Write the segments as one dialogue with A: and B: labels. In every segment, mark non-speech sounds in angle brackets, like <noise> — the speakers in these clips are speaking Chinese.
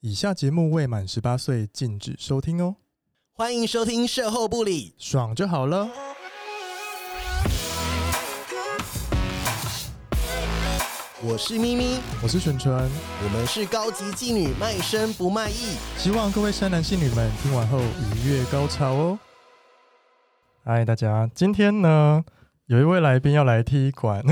A: 以下节目未满十八岁禁止收听哦，
B: 欢迎收听《售后不理》。
A: 爽就好了。
B: 我是咪咪，
A: 我是纯纯，
B: 我们是高级妓女，卖身不卖艺。
A: 希望各位山男信女们听完后愉悦高潮哦。嗨，大家，今天呢有一位来宾要来踢馆，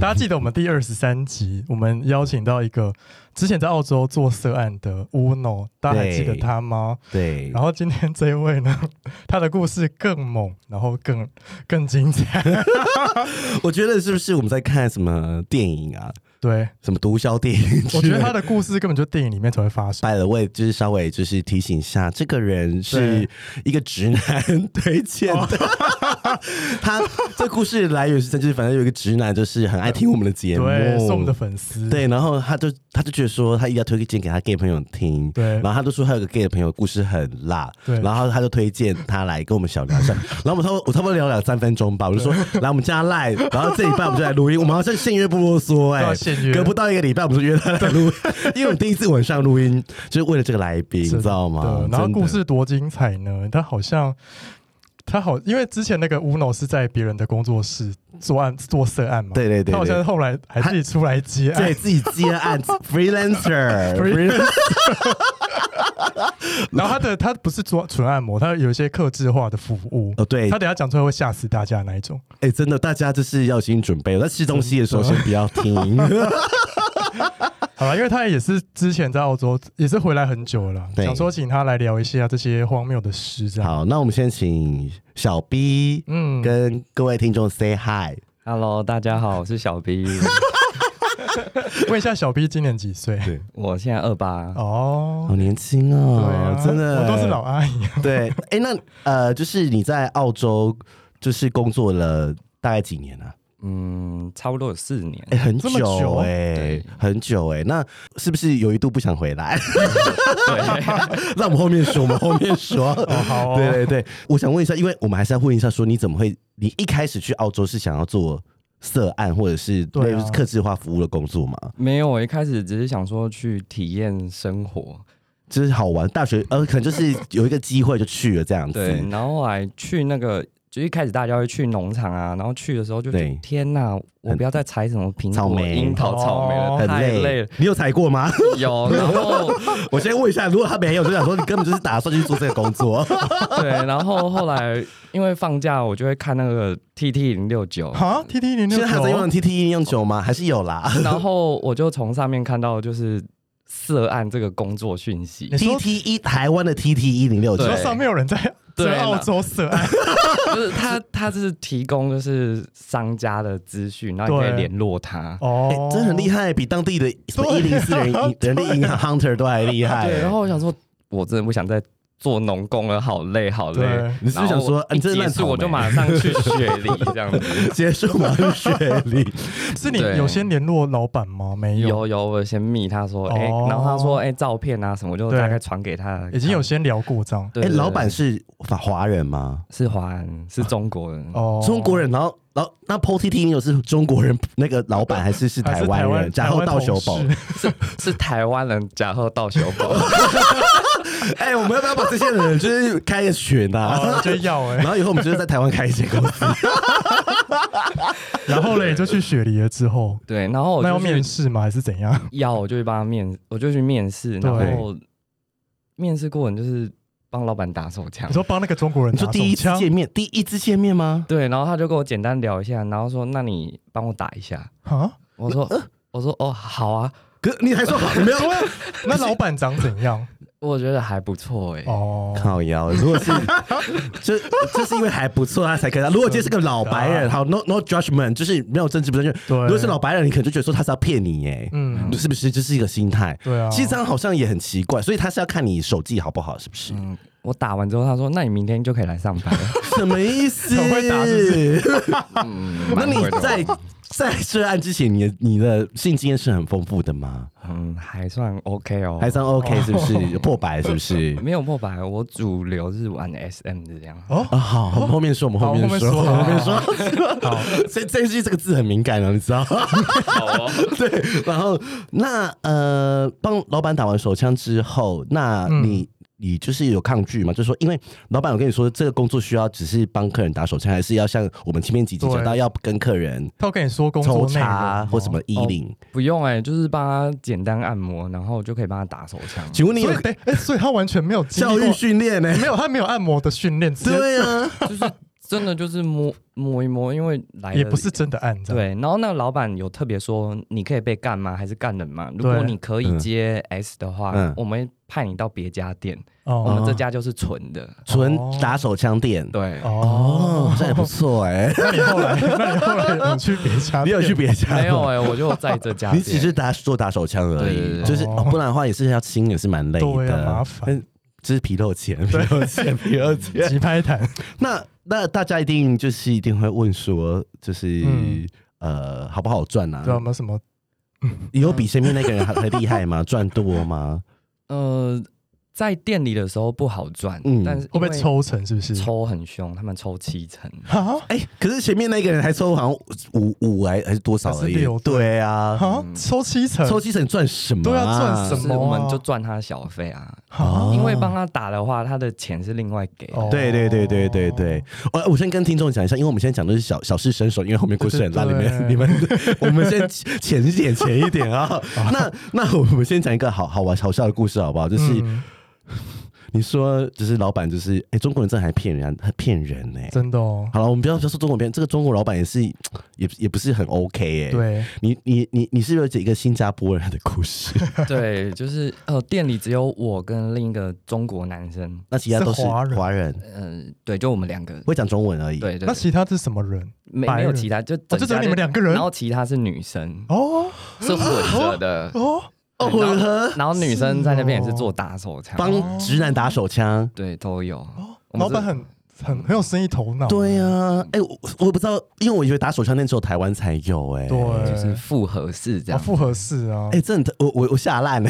A: 大家记得我们第二十三集，我们邀请到一个之前在澳洲做色案的 Uno，大家还记得
B: 对
A: 他吗？
B: 对
A: 然后今天这一位呢，他的故事更猛，然后更更精彩。
B: 我觉得是不是我们在看什么电影啊？
A: 对，
B: 什么毒枭电影？
A: 我觉得他的故事根本就电影里面才会发生。
B: 拜了位，就是稍微就是提醒一下，这个人是一个直男推荐的。
A: 哦
B: <laughs> 他这故事来源是真，就是反正有一个直男，就是很爱听我们的节目，
A: 对，是我们的粉丝。
B: 对，然后他就他就觉得说，他一定要推荐给他 gay 朋友听，
A: 对
B: 然后他就说他有个 gay 的朋友故事很辣，
A: 对
B: 然后他就推荐他来跟我们小聊
A: <laughs>
B: 一下，然后我们差不多我差不多聊两三分钟吧，我就说来我们加赖，然后这礼拜我们就来录音，我们好像现约不啰嗦哎、
A: 对啊现约
B: 隔不到一个礼拜我们就约他来录音，因为我们第一次晚上录音就是为了这个来宾，你
A: 真的，
B: 知道吗？
A: 然后
B: 真的
A: 故事多精彩呢？他好像他好，因为之前那个 Uno 是在别人的工作室做案做色案嘛，
B: 对对对对
A: 他好像后来还自己出来接案 <laughs>
B: 对。自己接案 freelancer，
A: 然后他的他不是做纯按摩，他有一些克制化的服务。
B: 哦对
A: 他等一下讲出来会吓死大家的那一种。
B: 哎、真的，大家就是要有心理准备。在哦吃东西的时
A: 嗯
B: 候先
A: <laughs>
B: 不要听，
A: 好了，因为他也是之前在澳洲，也是回来很久了啦，
B: 对
A: 想说请他来聊一下这些荒谬的事，这样。
B: 好，那我们先请小 B，
A: 嗯
B: 嗯，跟各位听众 say hi。
C: Hello，大家好，我是小 B， <laughs>
A: <laughs> 问一下小 B 今年几岁？
B: 对
C: 我现在二八，
A: 哦，
B: 好年轻
A: 对
B: 哦，
A: 啊，
B: 真的，
A: 我都是老阿姨啊。
B: <laughs> 对。哎、那呃，就是你在澳洲就是工作了大概几年啊？
C: 嗯，差不多有四年，
B: 哎、很
A: 这么久
B: 久哎、很久哎、那是不是有一度不想
A: <laughs>
B: 回来？
C: 对，
B: <laughs> 那我们后面说，我们后面说。
A: 哦好哦
B: 对对对，我想问一下，因为我们还是要问一下，说你怎么会，你一开始去澳洲是想要做色案或者是
A: 对啊
B: 客制化服务的工作吗？
C: 没有，我一开始只是想说去体验生活，
B: 就是好玩，大学呃，可能就是有一个机会就去了这样
C: 对
B: 子，，
C: 然后后来去那个，就一开始大家会去农场啊，然后去的时候就觉
B: 对
C: 得天哪，我不要再采什么苹
B: 草
C: 果、
B: 莓
C: 樱桃、草莓
A: 哦
C: 了，
B: 很
C: 太累
B: 累
C: 了。。
B: 你有踩过吗？
C: 有，然后
B: 我先问一下，如果他没有，就想说你根本就是打算去做这个工作。
C: 对，然后后来因为放假，我就会看那个 TT 零
B: <laughs>
C: 六九，
A: 哈，T T 零六
B: 现在还在用
A: 九，
B: T T 应用九吗？还是有啦
C: 然后我就从上面看到就是涉案这个工作讯息
A: 你，
B: ？T
A: 说
B: T 一台湾的 T T 一零六
A: 你
B: 九
A: 说
C: 对
A: 上面有人在 <laughs>
C: 对
A: 在
C: 啦
A: 澳洲涉案，
C: 就是他他是提供就是商家的资讯，然后你可以
A: 对
C: 联络他。
A: 哦
B: <laughs> 哎，真的很厉害，比当地的什么一
A: 对
B: 零四人人力银行 Hunter 都还厉害。
C: 对，然后我想说，哎我真的不想再做农工了，好累好累
A: 哦对。
B: 你是不是想说
C: 然后
B: 啊你
C: 一
B: 真的
C: 结
B: 烂
C: 束
B: 草
C: 我就
B: 莓
C: 马上去雪梨这样子？
B: <laughs> 结束我是学历，
A: 是你
C: 对
A: 有先联络老板吗？没有，
C: 有有，我先密他说，哎，
A: 哦
C: 然后他说，哎，照片啊什么，我就
A: 对
C: 大概传给他。
A: 已经有先聊过这样。
C: 对，
B: 哎，
C: 对对
B: 老板是法华人吗？
C: 是华人，是中国人。
A: 哦，
B: 嗯中国人，然后然后那 PO T T 应用是中国人那个老板还是是
A: 哦还
B: 台
A: 是
B: 湾人？然后到
A: 同
B: 手
A: 事
B: 宝。
C: 是 <laughs> 是台湾人，假后到修宝。
B: 哎、我们要不要把这些人就是开个群
A: <laughs> <laughs>
B: 啊
A: 哦？就要哎
B: <laughs> 然，后以后我们就是在台湾开一些公司，
A: <laughs> 然后嘞就去雪梨了之后，
C: 对，然
B: 哦
C: 后我
A: 那要
C: 就去
A: 面试吗？还是怎
B: <laughs>
A: 样？
C: 要我就去帮他面，我就去面试，
A: 对
C: 然后面试过程就是帮老板打手枪
A: 你。说帮那个中国人
B: 你说
A: 打手
B: 第一次
A: 枪，
B: 见面，第一次见面吗？
C: 对，然后他就跟我简单聊一下，然后说：“那你帮我打一下。
A: 啊？”
C: 我说：“
B: 呃
C: 我说哦，好啊，
B: 可是你还说好你没有
A: 那老板长怎样？
C: 我觉得还不错哎、
A: 哦，
B: <laughs> 靠腰。如果是就就是因为还不错，他才跟他。如果今天是个老白人，好，no no judgment，就是没有政治不正确。
A: 啊对
B: 如果是老白人，你可能就觉得说他是要骗你哎、
A: 嗯，
B: 是不是？这、是一个心态。
A: 对啊，
B: <laughs> 其实这样好像也很奇怪，所以他是要看你手技好不好，是不是？
C: 嗯，我打完之后，他说：“那你明天
B: <laughs>
C: 就可以来上班。
A: <laughs>
B: 什么意思？
A: 很会打是不
B: 那
C: 嗯蛮
B: 你
C: 会的哦
B: 在在涉案之前，你的你的性经验是很丰富的吗？
C: 嗯，还算 OK 哦，
B: 还算 OK 是
A: <laughs>
B: 不是？破百是不是？
C: 没有破百，我主流是玩 SM 的这样。
B: 啊，好，我们后面说，我们
A: 好
B: 后面说，
A: 后面说
B: 我们后面
A: <laughs>
B: 说。 <laughs> 好，所以这句这个字很敏感了，啊你知道？
C: 好哦，
B: <laughs> 对。然后那呃，帮老板打完手枪之后，那
A: 嗯
B: 你、你就是有抗拒嘛？就是说，因为老板有跟你说，这个工作需要只是帮客人打手枪，还是要像我们前面几集讲到，
A: 对
B: 要跟客人
A: 他有跟你说工
B: 抽
A: 作内
B: 查
A: 容哦
B: 或什么衣领？
C: 不用哎、就是帮他简单按摩，然后就可以帮他打手枪。
B: 请问你
A: 所
B: 有
A: 以，对，哎、所以他完全没有经历
B: 教
A: 过
B: 育训练呢？
A: 没有，他没有按摩的训练，直接
B: 对
A: <laughs>
B: 啊，
C: 就是真的就是摸摸一摸，因为来了
A: 也不是真的按，这样
C: 对。然后那个老板有特别说，你可以被干吗？还是干人吗？如
A: 对
C: 果你可以接 S 的话，
B: 嗯
C: 我们派你到别家店，我
A: 哦
C: 们这家就是纯的。
B: 纯打手枪店。
C: 对，
A: 哦
B: 哦，，这也不错哎。
A: 那你后来，那你后来有去别
B: <laughs>
A: 家？
B: 你有去？别家吗？
C: 没有哎、我就在这家店。
B: 你只是打做打手枪而
C: 对对
B: 已，
C: 对
B: 就是、
A: 哦
B: 哦不然的话也是要清也是蛮累
A: 对
B: 的，
A: 啊麻烦
B: 但这是皮肉钱，皮肉 <laughs> 钱，皮肉钱。
A: 急拍谈，
B: 那那大家一定就是一定会问说，就是、
A: 嗯
B: 呃好不好赚
A: 对啊，有
B: 啊？
A: 没有什么？
B: 你有比身边那个人还还厉害吗？ <laughs> 赚多吗？
C: 呃，在店里的时候不好赚，
B: 嗯
C: 但是
A: 会
C: 因
A: 被
C: 为
A: 抽成是不是？
C: 抽很凶，他们抽七成。
A: 啊
B: 哎、可是前面那个人还抽好像五五还还是多少而
A: 还
B: 已
A: 是六，
B: 对啊， <laughs>
A: 啊，
C: 嗯
A: 抽七成，
B: 抽七成赚什么、
A: 对啊赚
C: 就
A: 什
C: 是
A: 么啊
C: 我们就赚他小费啊，
A: 啊
B: 哦
C: 因为帮他打的话，他的钱是另外给的。
A: 哦
B: 对对对对对对，我我先跟听众讲一下，因为我们现在讲的是小小试身手，因为后面故事很烂，你
A: 对对
B: 们你们 <laughs> 我们先浅一点，浅一点
A: <laughs>
B: 啊。那那我们先讲一个好好玩好笑的故事好不好？就是、
A: 嗯
B: 你说，就是老板就是哎、中国人真的还骗人啊，还骗人呢、
A: 真的哦，
B: 好了，我们不要不要说中国骗，这个中国老板也是也也不是很 OK 哎、
A: 对，
B: 你你你你是不是有讲一个新加坡人的故事？ <laughs>
A: <laughs>
C: 对，就是呃，店里只有我跟另一个中国男生，
B: 那其他都是
A: 是华
B: 华
A: 人
B: 人，
C: 呃，对，就我们两个，
B: 会讲中文而已。
C: 对对
A: 那，其他是什么人？
C: 没
A: 白
C: 没有
A: 人
C: 其他，就
A: 哦，
C: 整
A: 就只
C: 家
A: 有你们两个人
C: 然后其他是女生，
A: 哦
C: 是混着的，
A: 哦，
B: 哦，混合
C: 然后女生在那边也
A: 是哦
C: 是做打手枪，
B: 帮直男打手枪。
C: 对都有，我们
A: 哦老
C: 这
A: 板很很很有生意头脑，哦
B: 对呀、啊，哎、我我不知道，因为我以为打手枪那只有台湾才有、哎，
A: 对，
C: 就是复合式这
A: 啊，
C: 样，
A: 呃复合式啊
B: 哎、，真的，我我我吓
A: <laughs>
B: 烂了，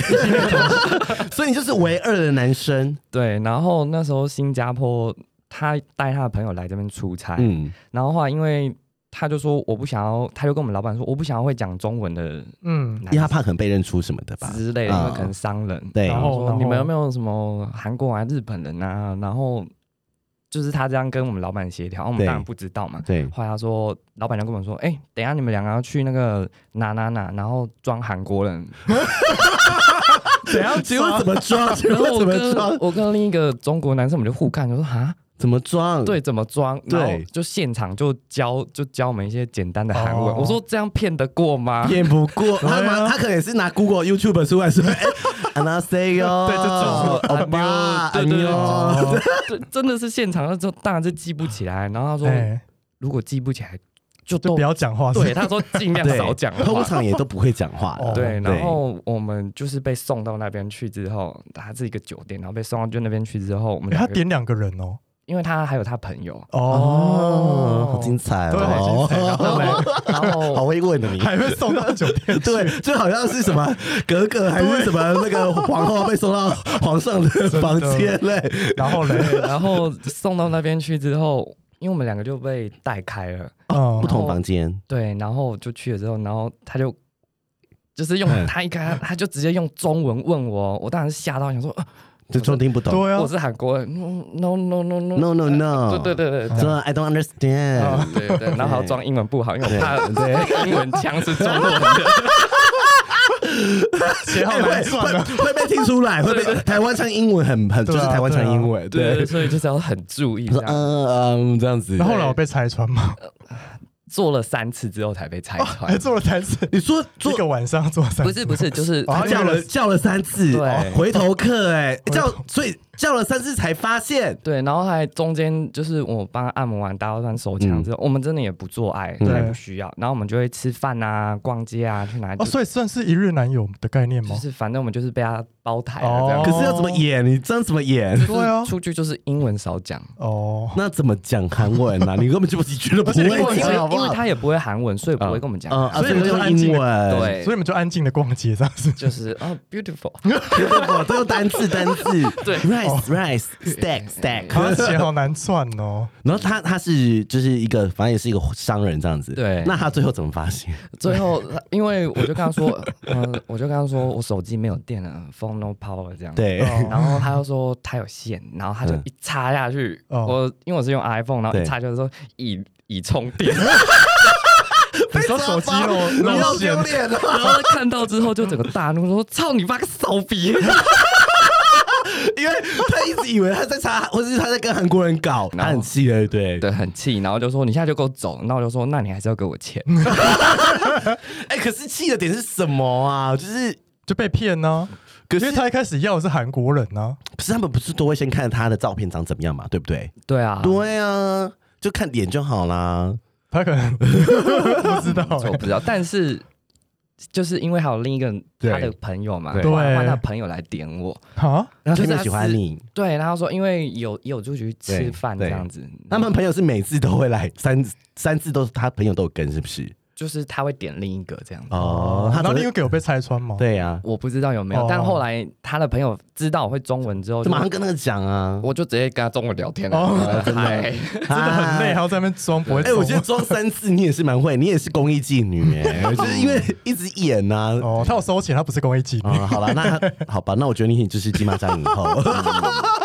B: <laughs> 所以你就是唯二的男生，
C: 对，然后那时候新加坡他带他的朋友来这边出差，
B: 嗯，
C: 然后后来因为他就说我不想要，他就跟我们老板说我不想要会讲中文的
A: 嗯，
B: 哎因为他
C: 男
B: 怕可能被认出什么的吧，
C: 之类的，因
A: 啊
C: 为
B: 嗯
C: 可能伤人。
B: 对，
A: 然后
C: 说你们有没有什么韩国啊、日本人啊？然后就是他这样跟我们老板协调，我们
B: 对
C: 当然不知道嘛。
B: 对，
C: 后来他说，老板娘跟我们说，哎、等一下你们两个要去那个哪哪哪，然后装韩
B: <laughs>
C: 国人。
B: 怎样？请问怎么装？请
C: 然后
B: 问
C: 我
B: 怎么
C: 跟
B: 装？
C: 我跟另一个中国男生，我们就互看，就说啊，
B: 怎么装？
C: 对，，怎么装？
B: 对
C: 然后就现场就教就教我们一些简单的韩文。
A: 哦
C: 我说这样骗得过吗？
B: 骗不过
A: 对啊
B: 他妈，他可能也是拿 Google、YouTube 出来说，哎，安娜 say
A: <laughs>
B: 哟，
A: 对这就是
B: 欧巴，
C: 对对对
B: 安妞
A: 哦
C: 对，真的是现场，那时候当然是记不起来。然后他说，
A: 哎，
C: 如果记不起来，就
A: 就
C: 都
A: 不要讲话，
C: 对，他说尽量
B: 对
C: 少讲
B: 通
C: 话。
B: 常也都不会讲话
A: 哦
B: 的，
C: 对，然后我们就是被送到那边去之后，它是一个酒店，然后被送到就那边去之后，我们
A: 哎
C: 两
A: 他
C: 个
A: 点两个人哦，
C: 因为他还有他朋友，
B: 哦，好精彩
A: 对，好精
B: 哦，
A: 彩，然后嘞
C: 然
B: <laughs> 好
C: 后
B: 会问的你。
A: 还会送到酒店去，
B: <laughs> 对，就好像是什 <laughs> 么格格还是什么那个皇后被送到皇上的房间嘞，
A: 然后嘞，
C: 然后送到那边去之后，因为我们两个就被带开了，
A: 嗯
B: 哦不，同房间，
C: 对，然后就去了之后，然后他就就是用
B: 嗯
C: 他一开，他就直接用中文问我，我当然是吓到，想说、呃
B: 就装听不懂。
A: 对啊
C: 我，是韩国人嗯，no no no no，,
B: No no no，
C: 对对哦对对对
B: 说 I don't understand。
C: 对对，然后还要装英文不好，因为我怕英文腔是中文的。
A: 写好
B: 哎
A: 难
B: 会
A: 算啊，
B: 会会被听出来，会被台湾唱英文很很，就是
A: 对啊
B: 台湾唱英文，
C: 对，啊
B: 对。
C: 所以就是要很注意
B: 说
C: 这样。
B: 嗯嗯这样子，
A: 然后呢，我被拆穿嘛，
C: 做了三次之后才被拆穿
A: 还，做了三次，
B: 你说啊
A: 一
B: <laughs> 做
A: 个晚上做了三
C: 不
A: 次，
C: 是不是，就是
A: 哦
B: 叫了叫了三次
C: 对
B: 回头客哎叫，所以叫了三次才发现，
C: 对，然后还中间就是我帮他按摩完打完手枪之后，我们真的也不做爱，
A: 嗯
C: 也不需要，然后我们就会吃饭啊、逛街啊、去哪
A: <laughs>
C: 里
A: 哦，，所以算是一日男友的概念
C: 就
A: 吗？
C: 是反正我们就是被他包台了
A: 哦
C: 这样。
B: 可是要怎么演？你这样怎么演？
C: 就是
A: 对啊
C: 出去就是英文少讲，
A: 哦，
B: 那怎么讲韩文啊？你根本就不你觉得不
C: 因
B: 会
C: 为因
B: 讲，好
C: 为
B: 不
C: 因为
B: 好？
C: 他也不会韩文，所以不会跟我们讲。
B: 嗯，啊
A: 所以
B: 所以
A: 你就
B: 用
A: 安静
B: 英
A: 地
B: 文， <laughs>
C: 对
A: 所以你们就安静的逛街这样子。
C: 就是啊，beautiful，
B: 我都用单字单字，
C: 对
B: ，rice rice stack stack，
A: 好写啊好难算哦，
B: <laughs> 然后他他是就是一个，反正也是一个商人这样子。
C: 对嗯
B: 那他最后怎么发现？
C: 最后，因为我就跟他说，呃，我就跟他说我手机没有电了，phone no power 这样。。
B: 对，
A: 哦
C: <laughs> 然后他又说他有线，然后他就
B: 嗯
C: 一插下去，
A: 哦
C: 我因为我是用 iPhone，然后
B: 对
C: 一插就是说已已充电，
B: <laughs>
A: 你说手机哦漏
B: 你
A: 漏
B: 要
A: 线
B: 丢，脸哦了，
C: 然后看到之后就整个大怒说：“操你妈个骚逼
B: 因为他一直以为他在插，或者是他在跟韩国人搞，他很气对不！”对？
C: 对，很气，然后就说：“你现在就给我走。”那我就说：“那你还是要给我
B: <laughs>
C: 钱。
B: 哎，可是气的点是什么啊？就是。
A: 就被骗呢、
B: 可
A: 因为
B: 是
A: 他一开始要的是韩国人呢、
B: 不是他们不是都会先看他的照片长怎么样嘛，对不对？”
C: 对啊，
B: 对啊，就看脸就好啦。
A: 他可能 <laughs> 不知道、
C: 这我不知道，但是就是因为还有另一个
B: 对
C: 他的朋友嘛，
B: 对
C: 换换他朋友来点我，
A: 啊，
B: 然后他
C: 就是
B: 们
C: 他
B: 喜欢
C: 是
B: 你，
C: 对，然后说因为有有出去吃饭这
B: 对
C: 样子，
B: 他们朋友是每次都会来，三三次都是他朋友都有跟，是不是？
C: 就是他会点另一个这样子。
B: 哦，他
A: 然后
B: 总
A: 另一
B: 是
A: 个给我被拆穿吗？，
B: 对啊呀、
C: 我不知道有没有，
A: 哦
C: 但后来他的朋友知道我会中文之后
B: 啊，
C: 就，
B: 就马上跟那个讲 <laughs> 啊，
C: 我就直接跟他中文聊天了。
A: 哦
C: 真的，
B: 真
A: 真的很累，还。要在那边装不会
B: 哎、
A: 中。
B: 我觉得装三次你也是蛮会，你也是公益妓女哎、 <laughs> 就是因为一直演呐、啊。
A: 哦，他有收钱，他不是公益妓
B: 啊、
A: 女。
B: 好了，那好吧，那我觉得你就是金马奖影后， <laughs>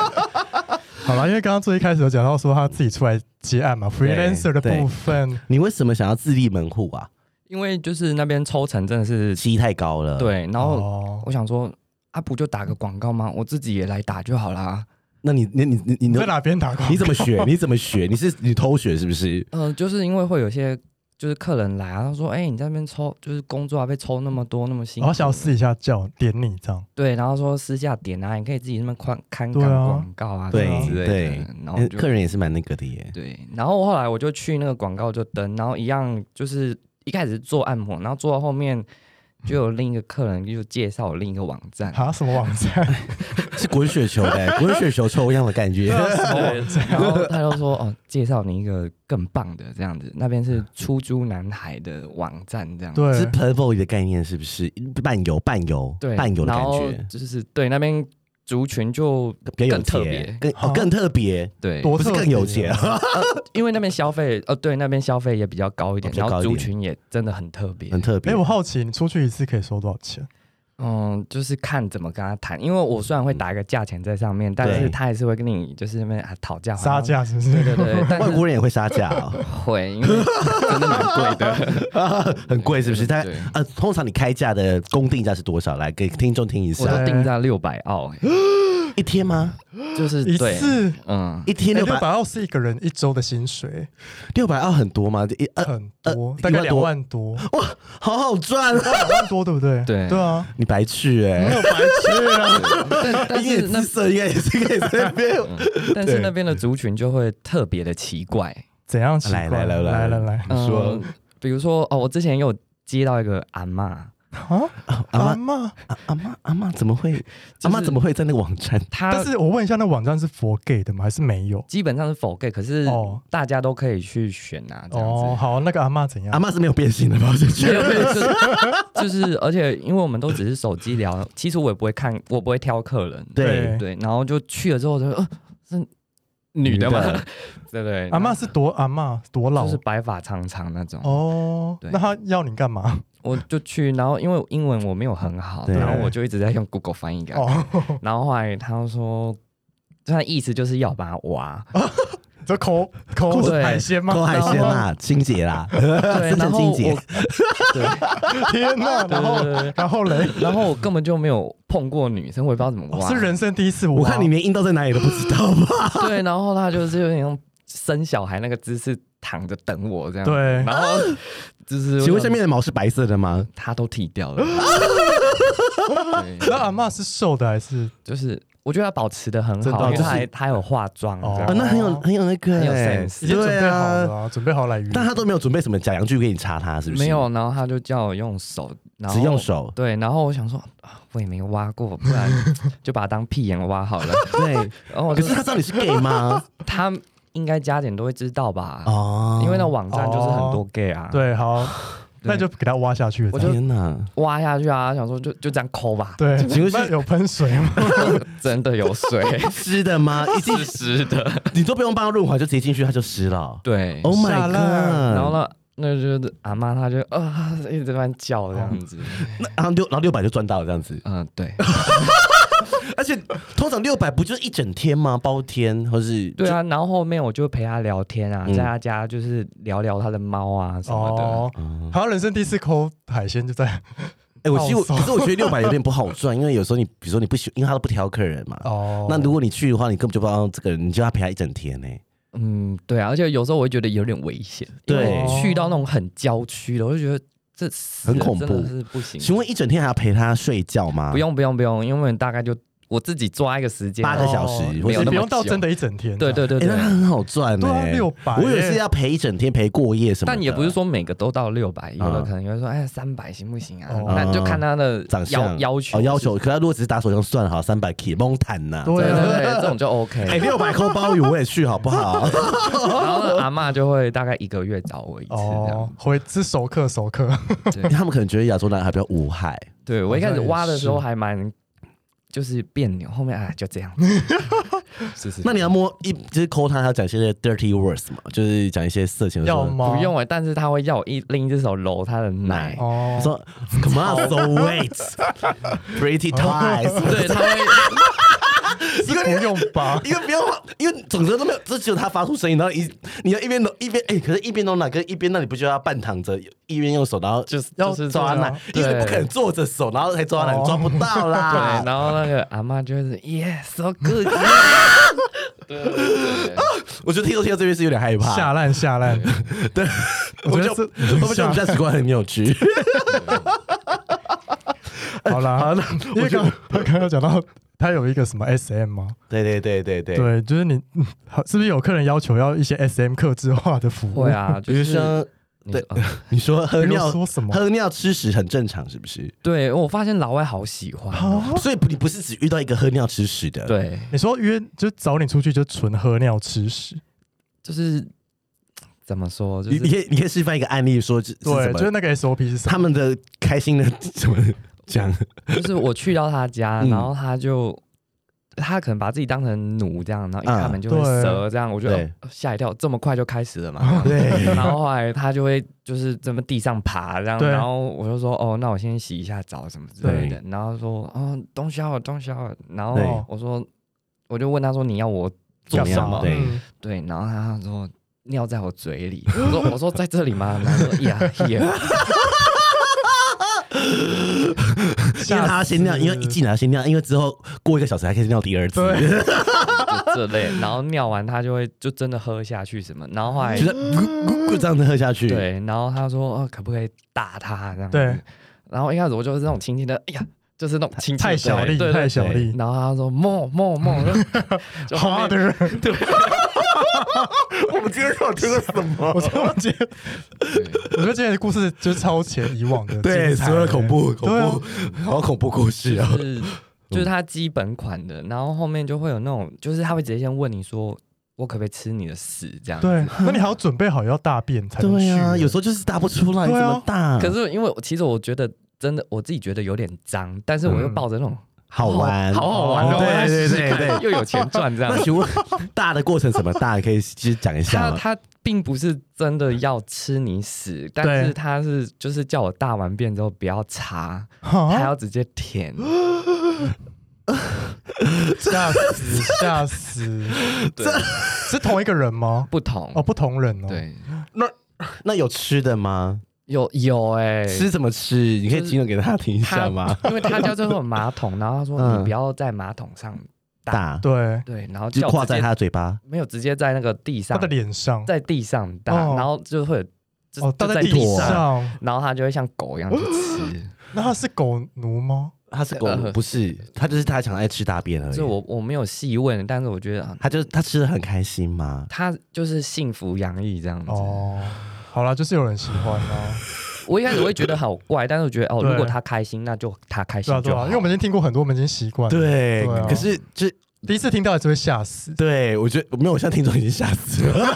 A: 好了，因为刚刚最一开始有讲到说他自己出来接案嘛，freelancer 的
B: 对
A: 部分，
B: 你为什么想要自立门户啊？
C: 因为就是那边抽成真的是
B: 期太高了，，
C: 对，然后
A: 哦，
C: 我想说，啊不就打个广告吗？我自己也来打就好啦。
B: 那你你你你你
A: 你在哪边打工？
B: 你怎么学？你怎么学？你是你偷学是不是？
C: 呃，就是因为会有些就是客人来啊，他说：“哎、你在那边抽，就是工作啊，被抽那么多，那么辛
A: 然后
C: 苦。
A: 想要私底下叫点你这
B: <laughs>
A: 样，
C: 对，然后说私下点啊，你可以自己那边看看
A: 对
C: 看
A: 啊
C: 广告啊，
B: 对
C: 什么之类
B: 对
C: 的。然后就
B: 哎客人也是蛮那个的耶。 <laughs>
C: 对，然后后来我就去那个广告就登，然后一样就是一开始是做按摩，然后做到后面就有另一个客人就介绍我另一个网站，
A: 哈，什么网
B: <laughs>
A: 站？
B: 是滚雪球的、
C: <laughs>
B: 滚雪球抽样的感觉。
C: 对，然后他就说哦，介绍你一个更棒的这样子，那边是出租男孩的网站这样
B: <laughs>
C: 子。
B: 是
A: 对，
B: Purple 的概念是不是？伴游、伴游、
C: 对，
B: 伴游的感
C: 然后
B: 觉，
C: 就是对那边族群就
B: 比较有
C: 更特
B: 钱
C: 别，
B: 更哦
A: 啊
B: 更特别，
C: 对，
A: 多
B: 不是
A: 特别
B: 更有哦钱
A: 啊。
B: <laughs>
C: 因为那边消费呃对那边消费也比较高一点，
B: 哦比较
C: 然
B: 高
C: 后
B: 一
C: 族
B: 点
C: 群也真的很特别
B: 很，特
A: 哎、
B: 别。
A: 我好奇你出去一次可以收多少钱？
C: 嗯，就是看怎么跟他谈，因为我虽然会打一个价钱在上面，但
B: 嗯对
C: 是他还是会跟你就是那边啊讨价还
A: 杀
C: 价，
A: 价是不是？
C: 对
B: <laughs>
C: 对，
B: <laughs>
C: 但
B: 外
C: 是
B: 国人也会杀价哦， <laughs>
C: 会，因为真的蛮贵的，
B: 很贵是不是？但
C: 对
B: 呃，通常你开价的公定价是多少？来给听众听一
C: 我
B: 下，
C: 都定在六百澳，欸
B: 一天吗？
C: 就是
A: 一
C: 对，
A: 次哎
C: 嗯，
B: 一天
A: 六
B: 哎六
A: 百
B: 百
A: 澳是一个人一周的薪水，
B: 六百二很多吗？一呃，
A: 很
B: 呃
A: 多，
B: 一
A: 大概
B: 万
A: 两
B: 多
A: 万多，
B: 好好赚 <laughs> 啊！
A: 两万多对不对？
C: 对
A: 对啊，
B: 你白去
A: 没
B: 哎，
A: 有白痴啊！
C: 但
B: <laughs>
C: 但
B: 你也
C: 是那
B: 姿色应该也是可以在那边。
C: <laughs> 但是
B: 对
C: 那边的族群就会特别的奇怪，
A: 怎样奇
B: 来
A: 怪？
B: 来来
A: 来
B: 来
A: 来来
B: 你说
C: 嗯，比如说哦，我之前有接到一个阿嬷，
A: 啊！阿啊
B: 阿
A: 妈，
B: 阿阿妈阿妈怎么会？
C: 就是
B: 阿妈怎么会在那个网站？
C: 她
A: 但是我问一下，那网站是佛 gay 的吗？还是没有？
C: 基本上是否 gay，可是
A: 哦
C: 大家都可以去选啊，这样子。
A: 哦，好，那个阿妈怎
B: <laughs> 阿
A: 样？
B: 妈是没有变性的吧？我就觉
C: 没
B: 得
C: 有没有，就是 <laughs> 就是，而且因为我们都只是手机聊，其实我也不会看，我不会挑客人，
A: 对
C: 对，然后就去了之后就，呃，是女的吗
B: 女的？
C: 对对，
A: 阿妈是多阿妈多
C: 然
A: 老
C: 后就是白发苍苍那种。
A: 哦，
C: 对
A: 那他要你干嘛？
C: 我就去，然后因为英文我没有很好，
B: 对
C: 然后我就一直在用 Google 翻译给他看
A: 哦，
C: 然后后来他就说，他的意思就是要把它挖，
A: 哦这抠抠
C: 对
A: 海鲜吗？
B: 抠海鲜啊
C: <laughs>
B: 啦，清洁啦，
C: 对，
B: 深圳
C: 然后
B: 清
C: 我，
B: 洁。
C: 对，
A: 天哪！然后
C: 对对对
A: 然后嘞，
C: 然后我根本就没有碰过女生，我也不知道怎么
A: 哦
C: 挖，
A: 是人生第一次挖，
B: 我看你连阴道在哪里都不知道
C: <laughs>
B: 吧？
C: 对，然后他就是有点用生小孩那个姿势躺着等我这样，
A: 对
C: 然后就是
B: 请问下面的毛是白色的吗？
C: 他都剃掉了，对
A: 那阿妈是瘦的还是
C: <laughs> 就是我觉得他保持的很
A: 真的
C: 好，因为
B: 就是
C: 他还他有化妆，
A: 哦
C: 这
B: 啊，
C: 样
B: 那很有很有那个、
C: 很有
B: 欸，
C: sense
A: 已经准备好了
B: 对啊，
A: 啊，准备好来约。
B: 但他都没有准备什么假洋具给你插他，是不是？
C: 没，有，啊然后他就叫我用手，然后
B: 只用手。
C: 对，然后我想说，啊我也没挖过，不
B: <laughs>
C: 然就把它当屁眼挖好了。
B: 对，
C: 然后我
B: 可
C: 就是
B: 他知道你是 gay
C: <laughs>
B: 吗？
C: 他应该加点都会知道吧，
B: 哦，
C: 因为那网站就是很多 gay 啊，，
A: 对，好，那就给他挖下去了。
C: 我就
B: 天哪，
C: 挖下去啊，想说就就这样
B: <laughs>
C: 抠吧，
A: 对，
B: 请问是
A: 那有喷水吗？
C: 真的
B: <laughs>
C: 有水，
B: 湿的 <laughs> 吗？一进
C: 湿湿的，
B: 你都不用帮他润滑，就直接进去他就湿了。
C: 对， <laughs>
B: Oh
A: 下烂
B: my god！
C: 然
B: 然
C: 后呢，那就是阿妈她就啊 <laughs> 一直在乱叫这样子，
B: 然后六然后六百就赚到了这样子，
C: <laughs> 嗯，对，
B: 而且通常六百不就是一整天吗？包天或是
C: <laughs> 对啊，然后后面我就陪她聊天啊，
B: 嗯
C: 在她家就是聊聊她的猫啊 <laughs> 什么的，
A: 哦，好像人生第一次抠海鲜就在
B: 哎、我其实我
A: 放
B: 可
A: 松
B: 是我觉得六百有点不好赚，因为有时候你比如说你不喜，因为他都不挑客人嘛。
A: 哦。
B: 那如果你去的话，你根本就不知道这个人，你就要陪他一整天呢、
C: 嗯，对啊，而且有时候我会觉得有点危险，因为
B: 对
C: 去到那种很郊区的，我就觉得这死
B: 很
C: 人
B: 恐
C: 真
B: 怖
C: 的是不行。
B: 请问一整天还要陪他睡觉吗？
C: 不，用不用不用，因为大概就我自己抓一个时间，
B: 八个
C: 然后
B: 小时
A: 哦
B: 或
A: 你
C: 者那么
A: 不用到
C: 久
A: 真的一整天。
C: 对对对
B: 哎、
C: 对
B: 那，他很好赚呢、
A: 对啊，六百。
B: 我以为是要陪一整天，陪过夜什么的。
C: 但也不是说每个都到六百，有的
B: 嗯
C: 可能有人说哎三百行不行啊
A: 哦？
C: 那就看他的
B: 长
C: 要
B: 相
C: 要求
B: 哦，要
C: 是
B: 求。可他如果只是打手枪算了，好，三百 K 蒙坦呐。
A: 对
C: 对
A: 啊
B: <laughs>
C: 对对，这种就 OK。
B: 哎，六百扣包邮我也去好不
C: <laughs>
B: 好？
C: 然后阿嬷就会大概一个月找我一次这样
A: 哦，回是熟客熟客。
C: 对
B: 他们可能觉得亚洲男孩比较无害，
C: 对我一开始
A: 好像也
C: 挖的时候
A: 是
C: 还蛮就是别扭，后面哎就这样。是是，
B: 那你要摸一就是抠他，他要讲一些 dirty words 嘛，就是讲一些色情的时
A: 要
B: 候。
A: 吗？
C: 不用哎、但是他会要我一另一只手揉他的奶。
A: 哦
B: 说 Come on, so wait, pretty tight。？
C: 对，他会
A: 是不用吧
B: 因为不要，因为整个都没有，这只有他发出声音，然后一你要一边弄一边，哎、可是一边弄奶跟一边，那你不就要半躺着，一边用手，然后
C: 就是
A: 要
C: 就是
B: 抓
C: 这
B: 奶
C: 样，
B: 因为
C: 对
B: 你不可能坐着手，然后还抓奶，
A: 哦
B: 抓不到啦
C: 对，。然后那个阿妈就会是 Yes, so good 。对对对，
B: 我觉得听说听到这边是有点害怕，
A: 下烂下烂。
B: 对，
A: 我觉
B: 们
A: 得
B: 就
A: 这
B: 我们觉得我们价值观很有趣。
A: 好啦，
B: 好那
A: 因
B: 我
A: 为
B: 就
A: 刚他刚刚有讲到他有一个什么 SM 吗？
B: 对对对对对，
A: 对，就是你 <laughs> 嗯好是不是有客人要求要一些 SM 克制化的服务？
C: 会，啊，
B: 比
C: 就
B: 如
C: 是
B: 说
C: 你
B: 对
C: 说哦
B: 你说
A: 比
B: 喝
A: 如
B: 尿
A: 说什么？
B: 喝尿吃屎很正常，是不是？
C: 对，我发现老外好喜欢哦。
A: 啊
B: 所以你不是只遇到一个喝尿吃屎的，，
C: 对，
A: 你说约就找你出去就纯喝尿吃屎，
C: 就是怎么说，就
B: 你你
C: 是
B: 可以你可以示范一个案例，说是是
A: 对
B: 怎，么
A: 就是那个 SOP 是什么？
B: 他们的开心的怎么
A: <laughs>
B: 讲？
C: 就是我去到他家，
B: 嗯
C: 然后他就。他可能把自己当成奴这样，然后一
B: 啊
C: 开门就会
A: 对
C: 蛇这样，我就
B: 对
C: 呃吓一跳，这么快就开始
A: <laughs>
C: 了嘛？
B: 对，
C: 然后后来他就会就是这么地上爬这样，
A: 对
C: 然后我就说哦，那我先洗一下澡什么之类的，然后说哦东西好东西好，然
B: 对
A: 哦
C: 后我说我就问他说你要我做
B: 干
C: 什
B: 嘛
C: 么？
B: 对
A: 嗯
C: 对，然后他说尿在我嘴里，我说我说在这里吗？然后说呀呀，
B: 因为
A: 吓
B: 他先尿，
A: 死
B: 因为一进来先尿，因为之后过一个小时还可以尿第二次，
A: 对，
C: 就这类，然后尿完他就会就真的喝下去什么，然后后
B: <laughs>
C: 来
B: 就。是咕咕咕这样子喝下去，，
C: 对，然后他说、哦、可不可以打他这样
A: 嗯
C: 子？
A: 对，
B: 嗯
C: 然后一开始我就是那种轻轻的，哎呀，就是那种轻轻的
A: 太小力，
C: 对对
A: 太小力，
C: 然后他说莫莫莫，我就
A: <laughs>
C: 就后
A: 好啊
C: 面
A: 的人， <laughs>
B: 我们今天到底听了什么
A: 我？说我今天，我觉得今天的故事就是超前以往的，
B: 对，
A: 精彩
B: 所有的恐怖恐
A: 对啊
B: 怖，好恐怖故事啊！
C: 就是就是它基本款的，然后后面就会有那种，就是他会直接先问你说我可不可以吃你的屎这样子。
A: 对，那你还要准备好要大便才能去
B: 对啊，
A: 欸
B: 有时候就是大不出来，
A: 对
B: 怎
A: 啊
B: 么大？
C: 可是因为我其实我觉得真的我自己觉得有点脏，但是我又
A: 嗯
C: 抱着那种
B: 好玩，
C: 好好玩哦，
A: 对
C: 我来试试
B: 对对
C: 看又有钱赚这样
B: 那。请问大的过程怎么大？可以其实讲一下
C: 他
B: 吗？
C: 他并不是真的要吃你屎，但是他是就是叫我大完便之后不要擦，他
A: 啊
C: 要直接
A: <gasps>
C: 舔。
A: 吓
B: <laughs>
A: 死吓死，
C: 对，
A: <laughs> 是同一个人吗？
C: 不同
A: 哦，。不同人哦，，
C: 对，
B: 那有吃的吗？
C: 有有哎，
B: 吃怎么吃？你可以形容给大家听一下吗？
C: 因为他家最后有
A: <laughs>
C: 马桶，然后他说
B: 嗯
C: 你不要在马桶上，他
B: 大，
A: 对，
C: 对，然后
B: 就
C: 叫我
B: 挂
C: 直接
B: 在他的嘴巴。
C: 没有直接在那个地
A: 他
C: 上
A: 的，脸上，
C: 在地上打，
A: 哦
C: 然后就会有就
A: 哦，
C: 就
A: 倒在
C: 地
A: 地，上， <gasps>
C: 然后他就会像狗一样去吃。
A: 那他是狗奴吗？
B: 它是狗
C: 呃
B: 不是，它就是它想爱吃大便而
C: 这
B: 已。
C: 我我没有细问，但是我觉得啊
B: 它就它吃的很开心嘛，
C: 他就是幸福洋溢这样子。
A: 哦，好啦，就是有人喜欢 <laughs> 啊，
C: 我一开始会觉得好怪，但是我觉得哦，
A: 对
C: 如果他开心，那就他开
A: 对啊
C: 心
A: 对
C: 就
A: 啊，
C: 好。
A: 因为我们已经听过很多，我们已经习惯了。，
B: 对
A: 对啊
B: 可是就
A: 第一次听到还是会吓死。
B: 对我觉得没有，我现在听众已经吓死了。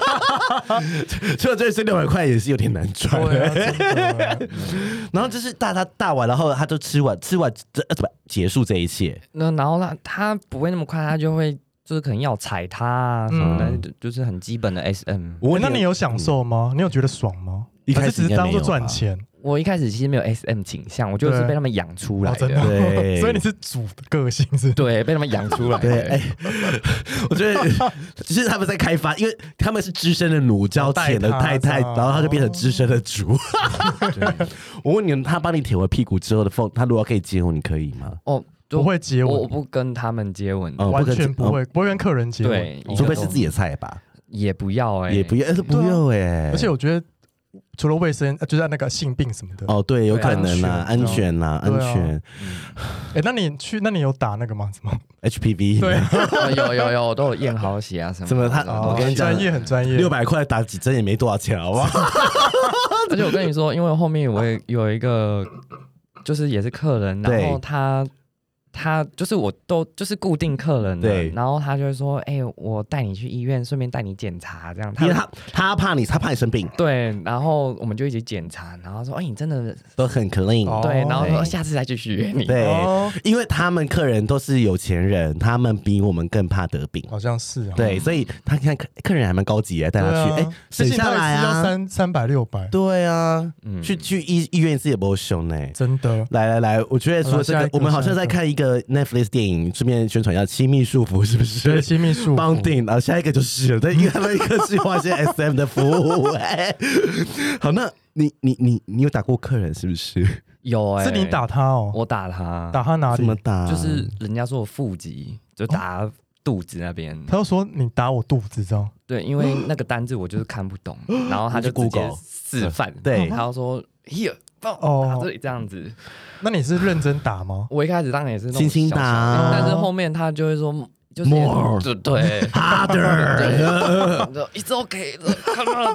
B: <laughs> 所以这这六百块也是有点难赚。
A: 对啊真
B: <laughs>
A: 的，
B: 然后就是大他大完，然后他就吃完吃完这呃怎么结束这一切？
C: 那然后他他不会那么快，他就会就是可能要踩他啊什么的，
B: 嗯
C: 就就是很基本的 S M。
B: 我问
A: 那你嗯有享受吗？你有觉得爽吗？
B: 一开
A: 还
B: 始
A: 是只是当做赚钱，
C: 我一开始其实没有 S M 倾向，我就是
A: 对
C: 被他们养出来
A: 哦，真
C: 的。
A: 的哦。
B: 对
A: 所以你是主的个性是？
C: 对，被他们养出
A: <laughs>
C: 来的。
B: 对，哎、 <laughs> 我觉得就是他们在开发，因为他们是资深的奴，交钱的太太，
A: 哦带他
B: 然后他就变成资深的主。 <laughs> 我问你，他帮你舔完屁股之后的缝，他如果可以接吻，你可以吗？
C: 哦，就
A: 不会接
C: 我我
A: 吻，
C: 不跟他们接吻，
B: 哦
A: 完
B: 不可
A: 全不会，不会跟客人接吻。
C: 对，一个
B: 除非是
C: 都
B: 自己的菜吧，
C: 也不要哎，
B: 也不要，呃是不用哎、
A: 啊而且我觉得除了卫生，呃就是那个性病什么的。
B: 哦，对，有可能
A: 对
B: 啦，
A: 啊
B: 安
A: 安
B: 全
A: 全
B: 啦，安
A: 对啊
B: 全
C: 嗯
A: 哎，那你去，那你有打那个吗？怎么？
B: HPV
A: 对，
C: 哦 <laughs> 有有有，我都有验好血啊什么的。
B: 怎么他
C: 然后
B: 我
A: 哦
B: 跟你讲
A: 专业很专业，
B: <laughs> 六百块打几针也没多少钱，好不
A: <laughs>
B: 好？ <laughs>
C: <laughs> 而且我跟你说，因为后面我也有一个，就是也是客人，
B: 对
C: 然后他他就是我都就是固定客人了
B: 对
C: 然后他就会说：“哎、我带你去医院，顺便带你检查，这样。
B: 因为他他怕你，他怕你生病，
C: 对，然后我们就一起检查，然后说：“哎、你真的、
B: 都很 clean。
A: 哦
C: 对。”然后
B: 对
C: 说：“下次再继续约你。”
B: 对
A: 哦，
B: 因为他们客人都是有钱人，他们比我们更怕得病。
A: 好像是哦。
B: 对，所以他看客客人还蛮高级的，带他去，哎、
A: 对啊
B: 省下
A: 而且你
B: 来
A: 到底是要
B: 啊，
A: 三三百六百，
B: 对啊，
C: 嗯
B: 去去医医院一次也不会凶呢。
A: 真的。
B: 来来来，我觉得除了这
A: 好了
B: 个
A: 下一，个
B: 我们好像在
A: 下一个
B: 看一个 Netflix 电影，顺便宣传一下《亲密束缚》，是不
A: 对，
B: 是？
A: 亲密术
B: 绑定，然后下一个就是了，对，因为他们一个是花些 SM 的服务。哎好，那你你你你有打过客人是不是？
C: 有哎、
A: 是你打他哦，
C: 我打他，
A: 打他哪
B: 怎么
A: 里？
B: 打啊？
C: 就是人家说我腹肌，就打肚子那边。
A: 他就说你打我肚子，这样
C: 对，
A: <gasps>
C: 因为那个单字我就是看不懂，然后他就直接
B: Google
C: 示范，
B: 对
C: 他就说 here 帮我
A: 嗯哦
C: 打这里这样子。
A: 那你是认真打吗？
C: 我一开始当然也是那种
B: 轻轻
C: 小
B: 打
C: 小
B: 啊
C: 的但是后面他就会说就是
B: More
C: 对 <laughs> 对
B: harder，
C: 对，it's okay，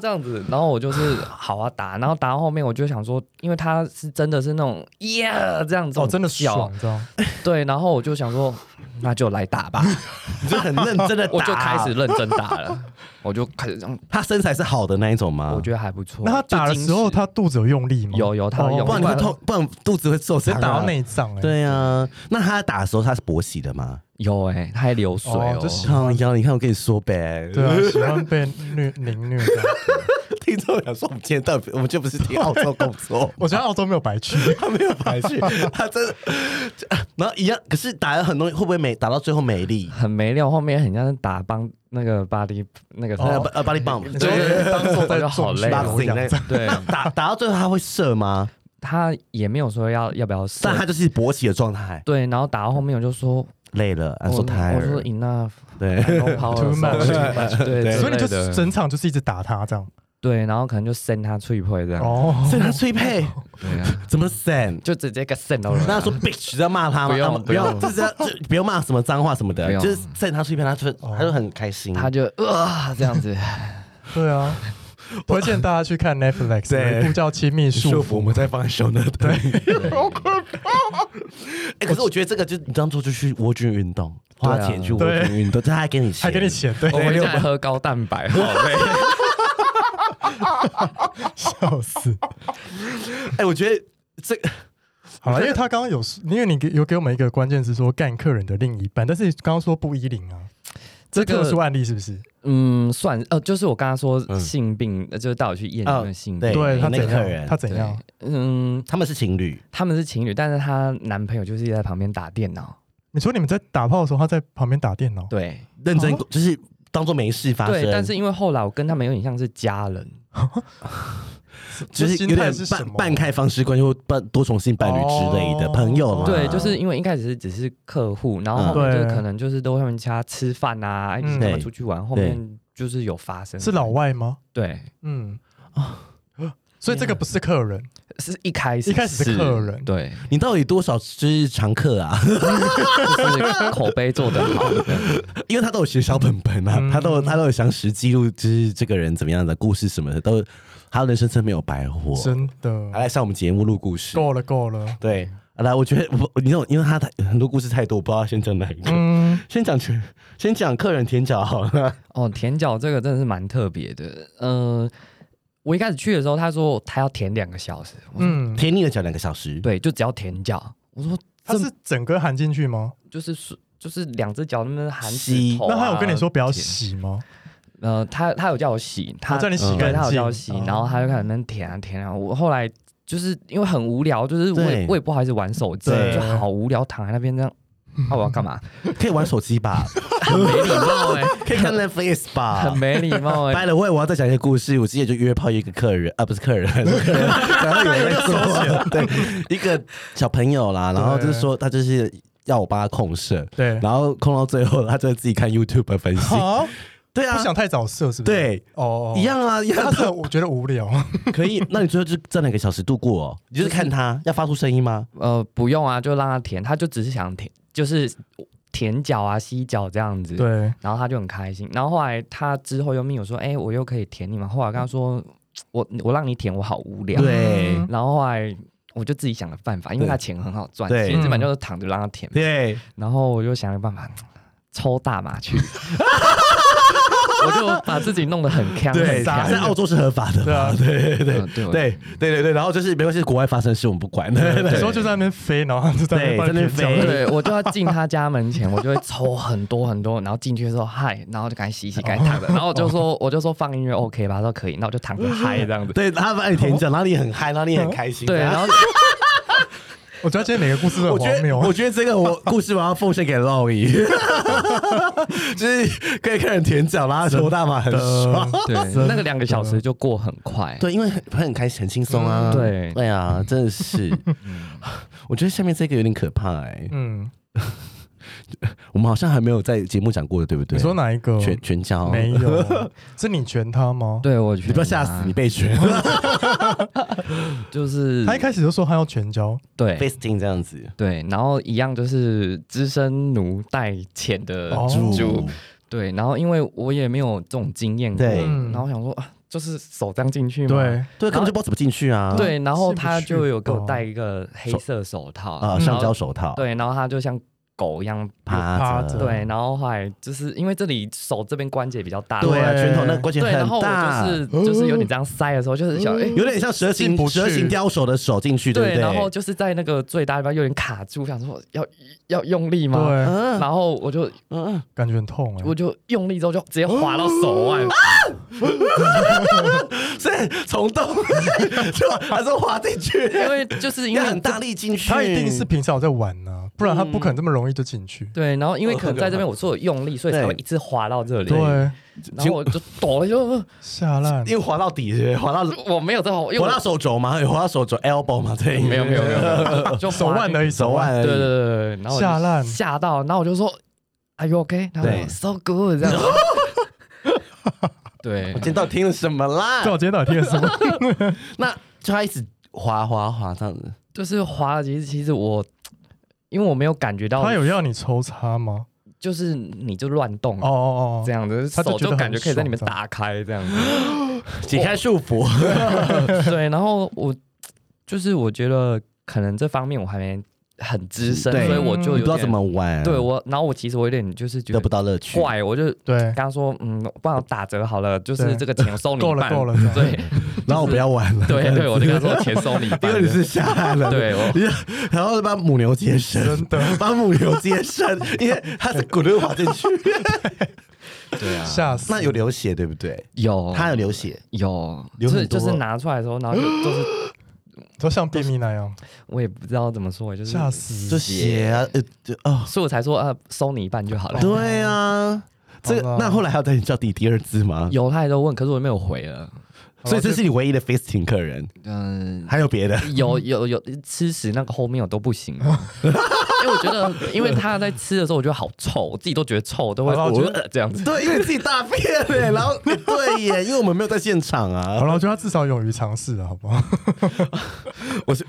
C: 这样子。然后我就是好啊打，然后打到后面我就想说，因为他是真的是那种 yeah 这哦样子，
A: 哦，真的
C: 笑
A: 爽，，这样
C: 对。然后我就想说，那就来
A: <laughs>
C: 打吧，
B: <laughs> 你就很认真的打，
C: 我就开始认真打了，我就开始这样，
B: 他身材是好的那一种吗？
C: 我觉得还不错。
A: 那他打的时候，
C: 就矜持
A: 他肚子有用力吗？
C: 有有他有
A: 哦
C: 用
B: 不然你会
C: 不然
B: 痛，不然肚子会受
A: 直
B: 伤、啊
A: 接打到。内脏哎。
B: 对啊，那他打的时候他是勃起的吗？
C: 有哎、他还流水
A: 哦
C: 哦，
A: 就喜
B: 靠腰，你看我跟你说呗。
A: 对啊，喜欢被虐 <laughs> 凌虐
C: <laughs>
A: 这样。，
B: 听众想说我们今天到底，我们就不是听澳洲工作
A: 我觉得澳洲没有白去，
B: 他没有排 <laughs> 序，他真的。然后一样，可是打了很多，会不会没打到最后没力？
C: 很没料，后面很像是打帮那个 body 那个什么
B: 呃，呃，body bomb，
A: 就
C: 对
A: 是当做在
C: 我就好累
B: 啊
A: 重
C: 哦
A: 训一样这样
C: 对，
B: 打打到最后他会射吗？
C: 他也没有说要要不要射
B: 但，他 <laughs> 就是勃起的状态，
C: 对，然后打到后面我就说，
B: 累了，I'm
C: 我
B: so
C: 我
B: tired。
C: 说 enough，
B: 对， <laughs>
C: 然后
A: Too much，
C: 对，之
A: 所以你就
C: 类的
A: 整场就是一直打他这样。
C: 对，然后可能就扇他脆破这样，
A: 哦，
C: <laughs>
B: 所以他催配
C: 对啊，
B: 怎么闪？
C: 就直接给扇到了。
B: 那他说 bitch 在骂他吗？
C: 不用
B: 啊不
C: 不用
B: 用，就是要就不用骂什么脏话什么的
C: 不，用
B: 就是在他碎片，他就
A: 哦
B: 他就很开心。
C: 他就啊这样子，
A: 对啊，推荐大家去看 Netflix 有一部叫《亲密
B: 舒
A: 束
B: 服，
A: 缚
B: 我们再放在手呢。对，
A: <laughs>
B: 好可怕。 <laughs> 哎，可是我觉得这个就是你当初就去蜗居运动，花
C: 对啊
B: 钱去蜗居运动，他还给你
A: 还
B: 钱，
A: 给你。
B: <laughs>
A: 钱，对
C: 我，回家 <laughs> 喝高蛋白，好累。
A: 笑死。
B: 哎，我觉得这个
A: 好了，因为他刚刚有，因为你给有给我们一个关键是说干客人的另一半，但是刚刚说不依零啊，这
C: 这
A: 特殊
C: 个
A: 案例是不是？
C: 嗯，算呃，就是我刚刚说
B: 嗯
C: 性病，呃就是带我去验
B: 哦
C: 那个性
B: 对
C: 病。
A: 对他
B: 那个
A: 怎
B: 客人
A: 样？他怎
C: 对
A: 样？，
C: 嗯，
B: 他们是情侣，
C: 他们是情侣，但是她男朋友就是一直在旁边打电脑。
A: 你说你们在打炮的时候，他在旁边打电脑，
C: 对
B: 认真
A: 哦
B: 就是当做没事发生。
C: 对，但是因为后来我跟他们有点像是家人，
B: 就是
A: 心
B: 有
A: 态
B: 点
A: 是什
B: 半
A: 么？
B: 半开放式关系或半多重性伴侣之类的
A: 哦
B: 朋友嘛。
C: 对，就是因为一开始只是客户，然后后面
A: 嗯
C: 就
A: 对
C: 可能就是都会他们家吃饭啊，一起
A: 嗯
C: 他们
B: 对
C: 出去玩，后
B: 对
C: 面就是有发生
A: 是老外吗？
C: 对，
A: 嗯啊，所以这个不是客人，
C: 是一开始
A: 一开始是客人
C: 对，
B: 你到底多少就是常客啊？
C: 就是口碑做得好的， <laughs>
B: 因为他都有写小本本啊，
A: 嗯
B: 他都有他都有详实记录，就是这个人怎么样的故事什么的，都他的人生真没有白活。
A: 真
B: 他
A: 的
B: 来上我们节目录故事，
A: 够了够了，
B: 对，啊来，我觉得我你懂，因为他太很多故事太多，我不知道先讲哪一个。
A: 嗯，
B: 先讲全，先讲客人舔脚好了。
C: 哦，舔脚这个真的是蛮特别的。嗯、我一开始去的时候，他说他要舔两个小时，嗯，
A: 嗯，
B: 舔你的脚两个小时，
C: 对，就只要舔脚。我说
A: 它是整个含进去吗？
C: 就是是就是两只脚那边含
B: 吸
C: 指头、啊。
A: 那他有跟你说不要
C: 舔？
A: 洗吗？
C: 呃，他他有叫我洗，
A: 他
C: 他
A: 哦叫你洗
B: 嗯
C: 对
A: 干
C: 他有叫我
A: 净，
C: 洗
A: 哦，
C: 然后他就开始在那边舔啊舔啊。我后来就是因为很无聊，就是我
B: 对
C: 也我也不好意思玩手机
A: 对，
C: 就好无聊，躺在那
A: <laughs>
C: 边这样。啊，我要干嘛？
B: 可以玩手机吧？
C: 很没礼貌
A: 欸
C: 哎、
B: 可以看 Netflix 吧
C: 很？没礼
A: <laughs> 啊
C: 貌哎、
B: 拜了喂，我要再讲一个故事。我之前就约炮一个客人啊，不是 <laughs> 客人，然后有人在做，对，一个小朋友啦，然后就是说他就是要我帮他控射，
A: 对
B: 然后控到最后他就自己看 YouTube 分析，
A: 好，
B: 对啊
A: 不，想太早射是不是？
B: 对，
A: 哦，
B: 一。样啊，一样啊
A: 他是我觉得无
B: <laughs>
A: 聊，
B: 可以。那你最后就这两个小时度过哦，你就是看他要发出声音吗？
C: 呃，不用啊，就让他舔，他就只是想舔，就是舔脚啊、吸脚这样子。。
A: 对，
C: 然后他就很开心。然后后来他之后又命我说：“哎、我又可以舔你吗？”后来我跟他说：“我我让你舔，我好无聊。”
B: 对
A: 嗯
C: 然后后来我就自己想了办法，因为
B: 对
C: 他钱很好赚，
B: 对
C: 所以基本就是躺着让他舔。
B: 对，
C: 然后我就想了办法，抽大麻
B: <laughs>
C: 去，我就把自己弄得很呛，
B: 对，
C: 很呛
B: 在澳洲是合法的
A: 对
B: 嘛，
A: 啊
B: 对对对
C: 嗯对我
B: 对对对对，然后就是没关系，国外发生的事我们不管，对
A: 有
B: 对
A: 时候就在那边飞，然后就在那边
B: 对
A: 帮你
B: 在那
A: 舔
B: 边
A: 脚
B: 飞
C: 对，我就要进他家门前，我就会抽很多很多，然后进去的时候嗨，然后就赶紧洗一洗，赶紧躺着，然后我就说我就说放音乐 OK 吧，他说可以，那我就躺着嗨这样子，
B: 哦 <laughs> 对，他把你舔脚，然后你很嗨，然后你很开心，
C: 对，然后
A: 我觉得今天每个故事都
B: 我
A: 很
B: 觉
A: 荒
B: 得，
A: 谬。
B: 我觉得这
A: <laughs>
B: 个我故事我要奉献给 Lowy，就是可以看人舔脚，然后抽大麻很爽。
C: 对那个两个小时就过很快，
B: 对，因为很很开心，很轻松啊。
C: 嗯对
B: 对啊，真的是。我觉得下面这个有点可怕哎、
A: 嗯，
B: 我们好像还没有在节目讲过的，对不对？
A: 你说哪一个？
B: 全全交
A: 没有？哦 <laughs> 是你全他吗？，
C: 对我觉得
B: 你不要吓死，你，被全 <laughs>
C: 就是
A: 他一开始就说他要全交，
B: 被
C: 对。
B: sting 这样子。
C: 对，然后一样就是资深奴带浅的
A: 哦
C: 猪，对，然后因为我也没有这种经验过，
B: 对
A: 嗯
C: 然后我想说啊，就是手这样进去嘛，
A: 对，
B: 对，根本就不知道怎么进去啊。
C: 对，然后
A: 是不
C: 他
A: 是
C: 就有给我
A: 哦
C: 戴一个黑色手套
B: 啊，
C: 然
B: 上
C: 后
B: 交手套，，
C: 对，然后他就像狗一样
B: 趴
A: 趴
B: 着，
A: 着
C: 对，然后后来就是因为这里手这边关节比较大，
B: 对啊，
A: 对
B: 拳头那个关节
C: 对，然后
B: 很
C: 我
B: 大，
C: 就是就是有点这样塞的时候，就是想哎。
B: 有点像蛇
A: 进
B: 形
A: 不去
B: 蛇形刁手的手进去，不
C: 对，
B: 对？
C: 然后就是在那个最大地方有点卡住，想说要要用力吗？
A: 对，
B: 嗯
C: 然后我就
B: 嗯，
A: 啊感觉很痛哎。
C: 啊我就用力之后就直接滑到手腕，
A: 哦
B: 是虫洞， <laughs> 就还是滑进去，
C: 因为就是因
B: 要
C: 为
B: 很大力进去，
A: 他一定是平常有在玩呢，不然他不可能这么容易就进去。
C: 对，然后因为可能在这边我做用力，所以才会
B: 对
C: 一直滑到这里。
A: 哦对，
C: 然后我就抖了，就
A: 下烂
B: 嗯因为滑到底，是不是滑到
C: 我没有在滑，因为我
B: 滑到手肘嘛，有滑到手肘 elbow 嘛，对，
C: 没有没有没有没有，就滑
A: 手腕而已，
B: <laughs> 手腕而
C: 对对
B: 已。
C: 对对，然后我就
A: 吓烂
C: 吓到，然后我就说，Are you OK？他
B: 对
C: 说 So good
A: <laughs>
C: 这样。对
B: 我，今天到底听了什么啦
A: 对，？我今天到底听了
C: <laughs>
A: 什么？
B: 那就他一直滑滑滑这样子，
C: 就是滑了几次，其实我因为我没有感觉到，
A: 他有要你抽插吗？
C: 就是你就乱动
A: 哦哦哦，
C: 这样子，
A: 他就
C: 手
A: 觉得
C: 就
A: 很
C: 感觉可以在里面
A: 爽
C: 打开这样子。
B: 解开束缚，
C: 对，然后我就是我觉得可能这方面我还没很资深，
B: 对
C: 所以我
A: 嗯
B: 不
C: 就有
B: 知道
C: 点
B: 怎么玩，
C: 对我，然后我其实我有点就是觉
B: 得不
C: 得
B: 到乐趣。
C: 怪，我就
A: 对
C: 跟，他说，嗯，帮我打折好了，就是
A: 对
C: 这个钱我收你
A: 够
C: 一
A: 了
C: 半，
A: 够了，这样
C: 对
B: 然后我不要玩了， <laughs>
C: 对对，我就跟他说钱收你一
B: 因 <laughs>
C: 半
B: 为你是下来了，
C: 对我
B: 你就，然后把母牛接生，
A: 真的
B: 把母牛接生，因为它是骨头滑进去，
C: <laughs> 对啊，哦
A: 吓死。
B: 那有流血对不对？
C: 有
B: 它有流血，
C: 有，
B: 流
C: 就是
B: 很多
C: 就是拿出来的时候，然后就就是
A: 都像便秘那样，
C: 我也不知道怎么说，就是
A: 吓，死。
B: 就血啊，呃，就哦，
C: 所以我才说啊，收你一半就好了。
B: 对啊，这
A: 好
B: 个
A: 吧
B: 那后来还有再叫第第二次吗？
C: 有他也都问，可是我没有回了。
B: 所以这是你唯一的 fisting 客人，
C: 嗯，
B: 还有别的？ <laughs>
A: 嗯
C: 有有有吃屎那个后面我都不行了， <laughs> 因为我觉得，因为他在吃的时候，我觉得好臭，我自己都觉得臭，我都会
A: 好了我觉得
C: 呃这样子。
B: 对，因为你自己大便嘞、然后对耶，因为我们没有在现场
A: 好
B: 啊。
A: 了，我觉得他至少勇于尝试了，啊好不
C: <laughs>
A: 好？
B: 我是 <laughs>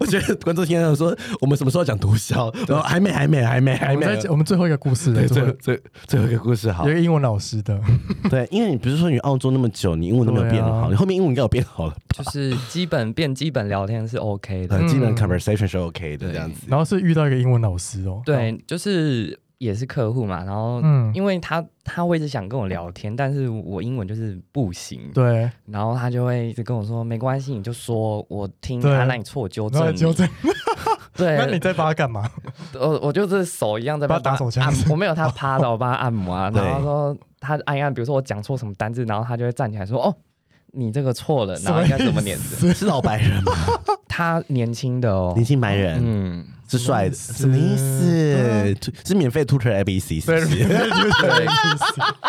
B: 我觉得观众先生说，我们什么时候讲毒枭？然后还没，还没，还没，还
A: 我
B: 没
A: 们。再我们最后一个故事了，
B: 对，
A: 最
B: 最
A: 后
B: 后最最后一个故事好
A: 有一。个英文老师的，
C: 嗯
A: <laughs>
B: 对，因为你不是说你澳洲那么久，你英文都没有变
A: 对啊
B: 好，你后面英文应该有变好了，
C: 就是基本变基本聊天是 OK 的，
B: 呃，基本
A: 嗯
B: conversation 是 OK 的
C: 对
B: 这样子。
A: 然后是遇到一个英文老师哦，
C: 对，就是也是客户嘛，然后
A: 嗯
C: 因为他他会一直想跟我聊天，但是我英文就是不行，
A: 对，
C: 然后他就会一直跟我说没关系，你就说我听
A: 对
C: 他让你错，我纠
A: 然后
C: 正
A: 你纠
C: 你。
A: 正，那你
C: <laughs> 对，
A: 在帮他干嘛？
C: 我我就是手一样在
A: 帮
C: 帮
A: 他打手枪 <laughs>
C: 按，我没有他趴着，我帮他按摩啊，
B: 对
C: 然后说他按一按，比如说我讲错什么单字，然后他就会站起来说哦。你这个错了，然后应该怎么念字？
B: 是老白人吗？
A: <laughs>
C: 他年轻的哦
B: 年，轻白人
C: 嗯，
B: 是帅的，
A: 什
B: 什
A: 么
B: 么
A: 意
B: 意
A: 思
B: 思？tu- 是免费 tutor ABC 是
A: 对，<laughs>
B: 不是？
A: 对，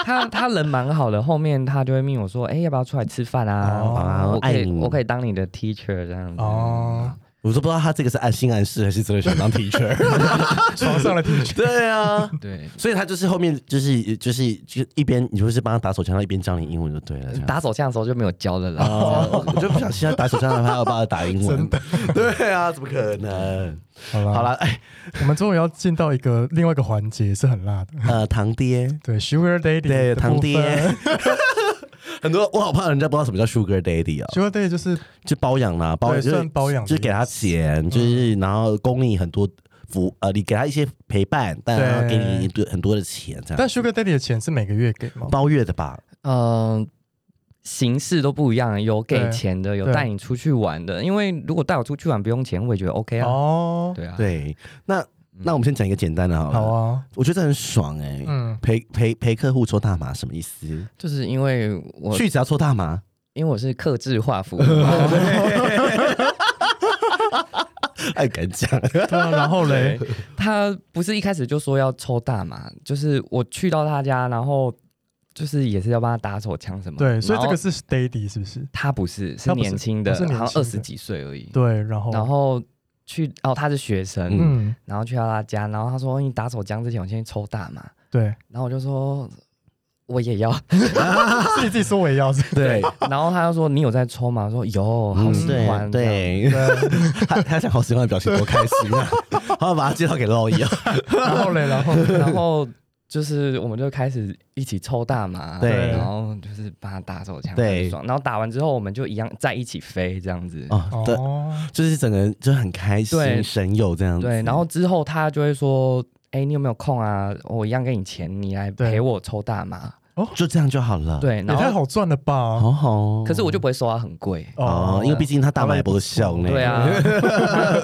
C: 他他人蛮好的，后面他就会命我说，哎、要不要出来吃饭啊？
A: 哦
C: 啊我可
B: 爱
C: 以
B: 你
C: 我可以当你的 teacher 这样
A: <laughs>
C: 子。
A: 哦，
B: 我都不知道他这个是暗性暗示还是真的想当
A: <laughs>
B: teacher。
A: 床上的 T 恤，
B: 对啊，
C: 对，
B: 所以他就是后面就是就是就一边你就是帮他打手枪，然后一边教你英文就对了。这样
C: 打手枪的时候就没有教了啦。
B: 哦，我就不想现在打手枪，还要帮他打英
A: <laughs>
B: 文。
A: 真的，
B: <laughs> 对啊，怎么
A: <laughs>
B: 可能？
A: 好了
B: 好了，，哎，
A: 我们终于要进到一个另外一个环节，是很辣的，
B: 呃，堂爹，
A: 对，Sugar Daddy，
B: 对，
A: 的部
B: 堂
A: 分
B: 爹。很多我好怕人家不知道什么叫 Sugar Daddy 哦，
A: <laughs> ，Sugar Daddy 就是
B: <laughs> 就包养啦，包养
A: 对
B: 就
A: 算
B: 是
A: 包养的意思，
B: 就给他钱，就是然后供应很多服，呃，你给他一些陪伴，但然后给你一堆很多的钱这样。
A: 但 Sugar Daddy 的钱是每个月给
B: <laughs>
A: 吗？
B: 包月的吧，
C: 嗯、形式都不一样，有给
A: 对
C: 钱的，有
A: 对
C: 带你出去玩的。因为如果带我出去玩不用钱，我也觉得 OK 啊。
A: 哦，
C: 对啊，
B: 对。那那我们先讲一个简单的好了，
A: 好啊，
B: 我觉得很爽哎，
A: 嗯，
B: 陪陪陪客户抽大麻什么意思？
C: 就是因为我
B: 去只要抽大麻，
C: 因为我是克制化服
A: <laughs>
C: 务嘛，
B: 爱敢讲，
A: 对啊，然后嘞，
C: 他不是一开始就说要抽大麻，就是我去到他家，然后就是也是要帮他打手枪什么的。
A: 对，所以
C: 然
A: 这
C: 后
A: 个是 Daddy 是不是？
B: 嗯
C: 他不是，是
A: 他不是
C: 年轻的，
A: 哦是年轻的
C: 好像二十几岁而已。
A: 对，然后，
C: 然，后去哦，他是学生，
B: 嗯
A: 嗯，
C: 然后去到他家，然后他说哦你打手枪之前，我先抽大麻，
B: <laughs>
A: 对，
C: 然后我就说我也要， <laughs>
A: 是你自己说我也要是不是，
B: 对，
C: 然后他就说你有在抽吗？我说有，好喜欢，这样，
B: <laughs> 嗯对，他他想好喜欢的表情多开心啊！好，把他介绍给洛伊啊，
A: 然后嘞，然后，
B: <laughs>
C: 然后。就是我们就开始一起抽大麻，
B: 对
C: 然后就是帮他打手枪，
B: 对
C: 很爽。然后打完之后，我们就一样在一起飞这样子，
B: 哦，对，
A: 哦，
B: 就是整个人就很开
C: 对
B: 心，神友这样子。
C: 对。然后之后他就会说：“哎、你有没有空啊？我一样给你钱，你来
A: 对
C: 陪我抽大麻。
B: 就这样就好了。”，
C: 对，
A: 也
C: 然
A: 太
C: 后
A: 好赚了吧？
B: 好好哦。
C: 可是我就不会收他很贵，
B: 哦，因为毕竟他大麻也不笑呢。
C: 对，
B: <laughs>
C: 啊，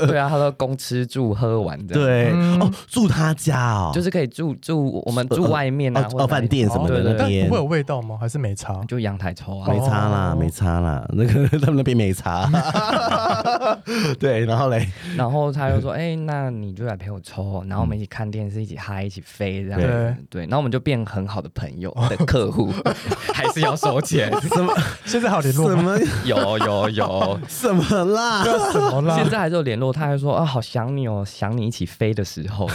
C: 对啊，他说供吃住喝玩的，，
B: 对
A: 嗯
B: 哦，住他家哦，
C: 就是可以住住我们住外面啊，
B: 哦
C: 或者
B: 哦饭店什么
C: 对对
B: 的
C: 对
B: 那
A: 但
B: 边
A: 不会。有味道吗？还是没差？
C: 就阳台抽啊
A: 哦。
B: 没差啦，没差啦，那个 <laughs> 他们那边没
C: <laughs>
B: 差。对，然后嘞，
C: 然后他就说：“哎、那你就来陪我抽，然后我们一起看电视，一起嗨，一起飞这样子。
A: 对
C: 对，然后我们就变很好的朋友的客户，还是要收钱。
B: 什么
A: <laughs> 现在好联
B: 什
A: 络吗？
B: 么
C: <laughs>
B: <laughs>
C: 有有有，
B: 什么啦？
A: 什么啦
C: 现？在还是有联络。他还说：啊，好想你哦，想你一起飞的时候。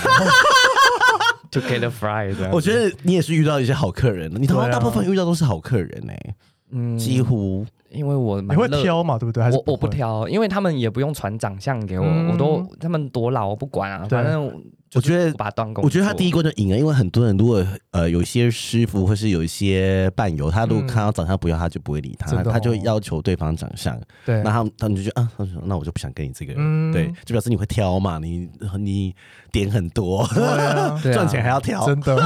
C: Together fly 这样子。
B: 我觉得你也是遇到一些好客人，你好
A: 对
B: 像
A: 啊
B: 大部分遇到都是好客人哎、
C: 嗯，
B: 几乎
C: 因为我
A: 你
C: 蛮
A: 会
C: 乐
A: 挑嘛？对不对？还是
C: 我我
A: 不
C: 不
A: 会，
C: 挑，因为他们也不用传长相给我，
A: 嗯
C: 我都他们多老我不管啊，
A: 对
C: 反正我
B: 我觉得
C: 我把它当工作。
B: 我觉得他第一
C: 个
B: 关就赢了，因为很多人如果呃有一些师傅或是有一些伴游，他如果看到长相不要，他就不会理他，
A: 嗯真的哦
B: 他就要求对方长相，
A: 对
B: 那，他们他们就觉得啊，他说那我就不想跟你这个人，
A: 嗯
B: 对，就表示你会挑嘛，你你点很多，
A: 对
B: <laughs>
A: 啊，
C: 对啊
B: 赚钱还要挑，
A: 真的，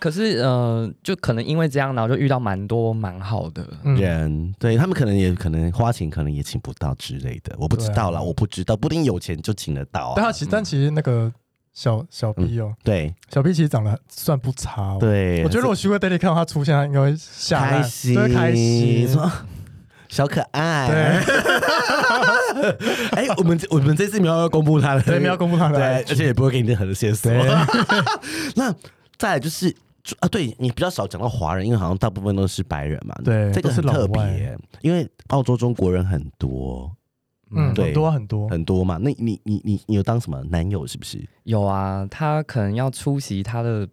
C: 可是呃，就可能因为这样，然后就遇到蛮多蛮好的。
A: 嗯
B: 人，对他们可能也可能花钱，可能也请不到之类的，我不知道啦，
A: 对啊
B: 我不知道，不一定有钱就请得到、
A: 但
B: 啊
A: 他，其但其实那个小小 B 哦，
B: 对
A: 小 B 其实长得算不差哦。，
B: 嗯对，
A: 我觉得如果 Sugar Daddy 看到他出现，他应该会吓烂，
B: 开心，
A: 对，开
B: <laughs>
A: 心。
B: 说小可爱。
A: 对，
B: 哎、我们我们这次没有要公布他的，
A: 对，没有公 <laughs> 布他的
B: 对，
A: 爱
B: 而
A: 情，
B: 且也不会给你任何的线索。
A: 对，
B: <laughs> 那再来就是啊，对你比较少讲到华人，因为好像大部分都是白人嘛。
A: 对
B: 这个
A: 都
B: 很
A: 是老
B: 特
A: 外
B: 别，因为澳洲中国人很多。
A: 嗯，
B: 对
A: 很多很多，
B: 很多嘛。那你你你你有当什么男友是不是？
C: 有啊，她可能要出席她的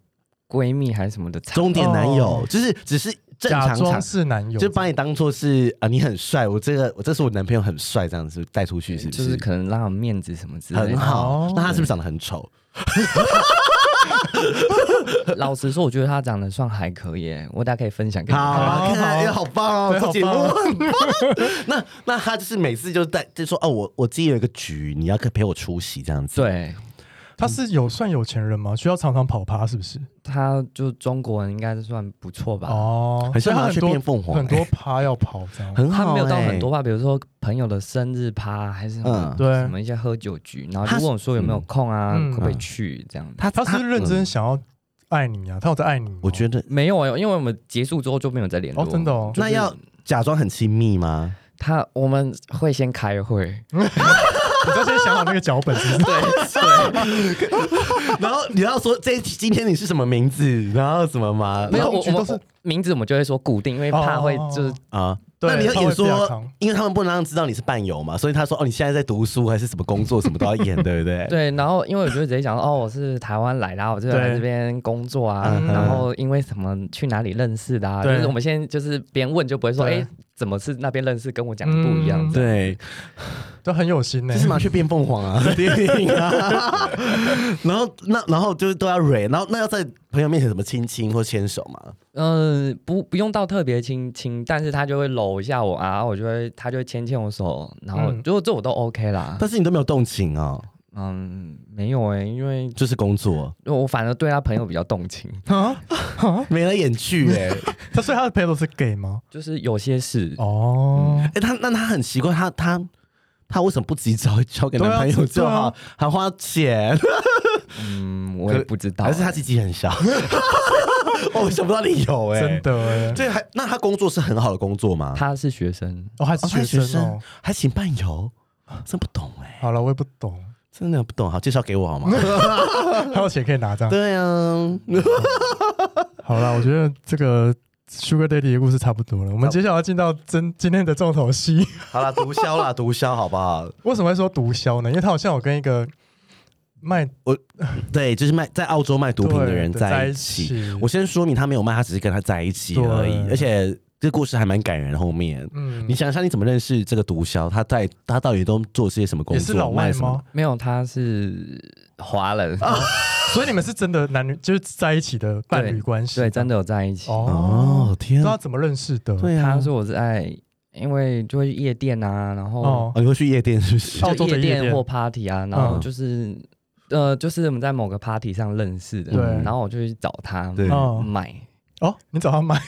C: 闺蜜还是什么的场
B: 终点男友
A: 哦
B: 就是只是正
A: 假
B: 常
A: 装
B: 场，
A: 是男友，
B: 就把你当做是啊，你很帅，我这个我这是我男朋友很帅，这样子带出去是不？
C: 就是是可能让她面子什么之类
B: 很
C: 的。
B: 好
A: 哦。
B: 那他是不是长得很丑？
C: <laughs> 老实说，我觉得她长得算还可以耶，我大概可以分享给你
B: 好，
C: 看。
A: 好
B: 看来
A: 好
B: 哎好棒哦，
A: 对
B: 做节目
A: 好棒哦
B: 很棒。 <laughs> 那那他就是每次就带就说哦，我我自己有一个局，你要可以陪我出席这样子。，
C: 对，
A: 他是有算有钱人吗？需要常常跑趴是不是？
C: 她就中国人应该是算不错吧。
A: 哦，
B: 很
A: 所
B: 像
A: 以
B: 拿
A: 他
B: 去
A: 很
B: 变
A: 多
B: 凤凰，
A: 很
B: 哎
A: 多趴要跑这样。
B: 很好、
C: 他没有到
B: 哎
C: 很多吧，比如说朋友的生日趴，还是什么
B: 嗯
A: 对
C: 什么一些喝酒局，然后
B: 他
C: 就是问我说有没有空啊，
A: 嗯
C: 可不可以去这样。
B: 他
A: 他是认真
B: 嗯
A: 想要爱你啊，他有在爱你吗。
B: 我觉得
C: 没有啊，因为我们结束之后就没有再联络。
A: 哦真的哦
C: 就是
B: 那要假装很亲密吗？
C: 他我们会先开会，
A: 嗯你要先想好那个脚本是不是？
B: 然后你要说这一集今天你是什么名字，然后什么吗？
C: 没
B: 然
C: 有
B: 后
C: 我我
A: 局都
C: 们
A: 是
C: 我名字我们就会说固定，因为怕会就是
A: 哦
B: 啊，
A: 对
B: 那你要
A: 他
B: 演
A: 会比较
B: 说
A: 长，
B: 因为他们不能让知道你是伴游嘛，所以他说哦，你现在在读书还是什么工作，什么都要演，对不对？
C: 对，然后因为我就直接讲说，哦，我是台湾来的啊，我就来
A: 对
C: 这边工作啊，
B: 嗯
C: 然后因为什么去哪里认识的啊，就
A: 对
C: 是我们先就是别人问就不会说，
A: 对
C: 哎，怎么是那边认识，跟我讲的不一样
A: 嗯，
B: 对，
A: 都很有心呢
B: 这。是麻雀变凤
A: <laughs>
B: 凰啊，电影啊。 <laughs> 然后那然后就是都要蕊，然后那要在朋友面前怎么亲亲或牵手嘛？
C: 嗯，不不用到特别亲亲，但是他就会搂一下我啊，我就会他就会牵牵我手，然后
A: 嗯
C: 如果这我都 OK
A: 啊
C: 啦。
B: 但是你都没有动情哦，
C: 嗯，没有哎、因为
B: 就是工作，
C: 我反而对他朋友比较动情，
A: 啊，
B: 眉来眼
A: <laughs>
B: 去哎、
A: 他所以他的朋友都是 gay 吗？
C: 就是有些事，
B: 嗯
A: 哦，
B: 哎、他那他很奇怪，他他他为什么不及早 <laughs> 交给男朋友就好，
A: 对啊
B: 还花钱，
C: 嗯，我也不知
A: 啊
C: 道、
B: 还是他自己很小？ <laughs> 哦，我想不到理由哎、
A: 真。的哎，
B: 对，还那他工作是很好的工作吗？
C: 啊他是学生，
A: 哦，还是
B: 哦他
A: 学
B: 生
A: 生哦。啊
B: 还请伴游，真不懂哎、
A: 好了，我也不懂，
B: 真的不懂。好，介绍给我
A: <laughs>
B: 好吗？
A: 还有钱可以拿这样。
B: 对啊，
A: 好了，我觉得这个 Sugar Daddy 的故事差不多了。我们接下来要进到真今天的重头戏。
B: 好啦，毒枭啦，毒枭，好不好？
A: 为什么会说毒枭呢？因为他好像有跟一个卖
B: <laughs> 对，就是卖在澳洲卖毒品的人
A: 对
B: 在
A: 在
B: 一
A: 一
B: 起。
A: 起，
B: 我先说明他没有卖，他只是跟他在一起而已。
A: 对
B: 而且这故事还蛮感人。后面、
A: 嗯
B: 你想想，你怎么认识这个毒枭？他在他到底都做些什么工
A: 也
B: 作？
A: 是老外
B: 卖什么
A: 吗？？
C: 没有，他是华人，
A: 所以你们是真的男女就是在一起的伴侣关系？
C: <laughs> 对，真的有在一起。
A: 哦，
B: 哦，天
A: 不知
B: 啊
A: 道！怎么认识的？
B: 对啊
C: 他，说我是爱，因为就会夜店啊，然后、
A: 哦
B: 哦，你会去夜店是不是？
C: 就
A: 澳洲的夜店
C: 或 party 啊，然后
B: 嗯
C: 就是、呃，就是我们在某个 party 上认识的，
A: 对
C: 然后我就去找他
B: 对
A: 哦
C: 买。
A: 哦，你找他卖，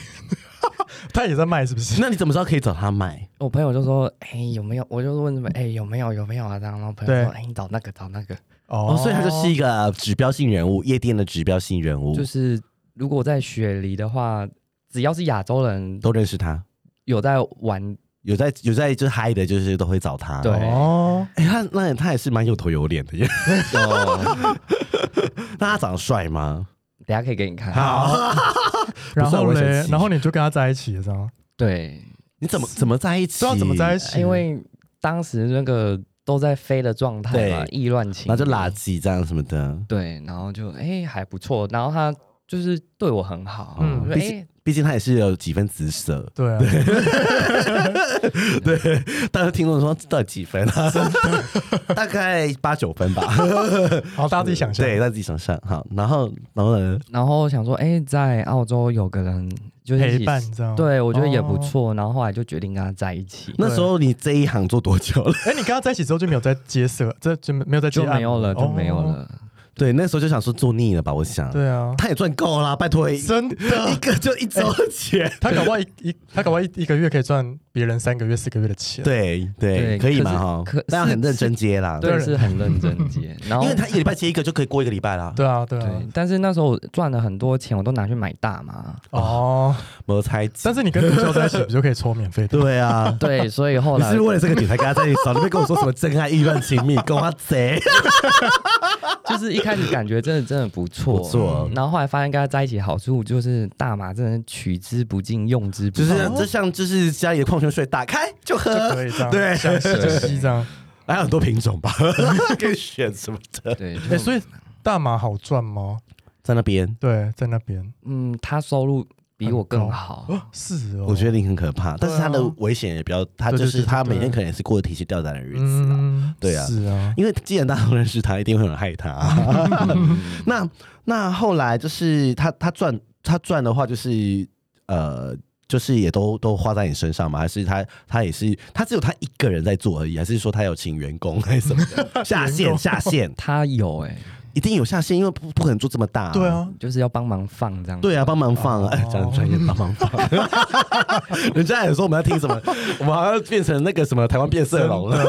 A: <laughs> 他也在卖是不是？
B: 那你怎么知道可以找他卖？
C: 我朋友就说：“哎、有没有？”我就问什么：“哎、有没有？有没有啊？”这样，然后朋友
A: 对
C: 说：“哎、你找那个，找那个。
A: 哦
B: 哦，所以他就是一个指标性人物，夜店的指标性人”物
C: 就，是如果在雪梨的话，只要是亚洲人
B: 都认识他。
C: 有在玩，
B: 有在有在就是嗨的，就是都会找他。
C: 对
A: 哦，
B: 哎、他那他也是蛮有头有脸的耶。
C: 有
B: 那他长得帅吗？
C: 等一下可以给你看。
B: 好，
A: 然后
B: 不是我会
A: 嘞
B: 生，气
A: 然后你就跟他在一起了，这样
C: 对，
B: 你怎么怎么在一起？
A: 知道怎么在一起？
C: 因为当时那个都在飞的状态
B: 对，
C: 嘛意乱情迷，
B: 然后就垃圾这样什么的。
C: 对，然后就哎、还不错，然后他就是对我很好，
B: 嗯
C: 嗯，
B: 毕
C: 哎、
B: 竟毕竟他也是有几分姿色。 <laughs>
A: 对啊，
B: 对，但是听众说到底几分啊？ <laughs> 大概八九分吧。
A: 好， <laughs> 大家自己想象。
B: 对，在自己想象。好，然后然后呢？
C: 然后想说哎、在澳洲有个人就是一
A: 陪
C: 起
A: 伴这样。，
C: 对，我觉得也不
A: 哦
C: 错。然后后来就决定跟他在一起，
B: 那时候你这一行做多久
A: <laughs>
B: 了？
A: 哎，你跟他在一起之后就没有再接色，这就没有再接
C: 就
A: 案
C: 没有了，就没有。
A: 哦
C: 了。
B: 对，那时候就想说做腻了吧？我想，
A: 对啊，
B: 他也赚够啦，拜托，一
A: 真的，
B: 个就一周的钱。
A: <laughs> 他搞不好一一他搞不好一一个月可以赚别人三个月、四个月的钱。
B: 对对，
C: 对
B: 可以
C: 可
B: 嘛
C: 是
B: 哈
C: 可，
B: 但要
C: 是
B: 很认真接啦。
C: 对，
A: 对
C: 是很认真
B: <laughs>
C: 接。然后
B: 哦因为他一个礼拜接一个就可以过一个礼拜啦。
A: 对啊，对啊。
C: 对，但是那时候我赚了很多钱，我都拿去买
B: <laughs>
C: 大麻。
A: 哦，
B: 摩猜
A: 但是你跟毒枭在一起，不就可以抽免费的？
B: 对啊。
C: 对，所以后
B: 你是
C: 来
B: 不是为了这个点才跟他在一起 <laughs> 找，你别跟我说什么真爱意乱情迷，跟我贼。
A: <laughs>
C: 就是一开始感觉真的真的不错，
B: 不错
C: 然后后来发现跟他在一起好处就是大麻真的是取之不尽，用之不
B: <laughs> 就是
C: 尽。
B: 这像就是家里的矿泉水打开就喝，
A: 就可以这样，
B: <laughs> 对 <laughs>
A: 想吸就吸这样。
B: 还有很多品种吧， <laughs> 可以选什么的。
C: 对，
A: 哎、
C: 就
A: 所以大麻好赚吗？
B: 在那边，
A: 对，在那边
C: 嗯，他收入比我更好，
A: 是哦，
B: 我觉得你很可怕，但是他的危险也比较，他就
A: 对对
B: 是
A: 对
B: 他
A: 对对
B: 每天可能也是过得提心吊胆的日子啊。
A: 嗯，
B: 对啊
A: 是啊，
B: 因为既然大家都认识他，一定会有人害啊他。
C: 嗯
B: 那那后来就是他他赚他赚的话，就是呃，就是也都都花在你身上吗？还是他他也是他只有他一个人在做而已？还是说他有请员工还是什么
A: <laughs>
B: 的下线下线？
C: 他有哎、
B: 一定有下线，因为不不可能做这么大、
A: 对。啊，
C: 就是要帮忙放这样。
B: 对啊，帮忙放啊！哎
A: 哦
B: 讲、专业，
A: <laughs>
B: 帮忙放。人家也说我们要听什么，我们好像变成那个什么台湾变色龙了。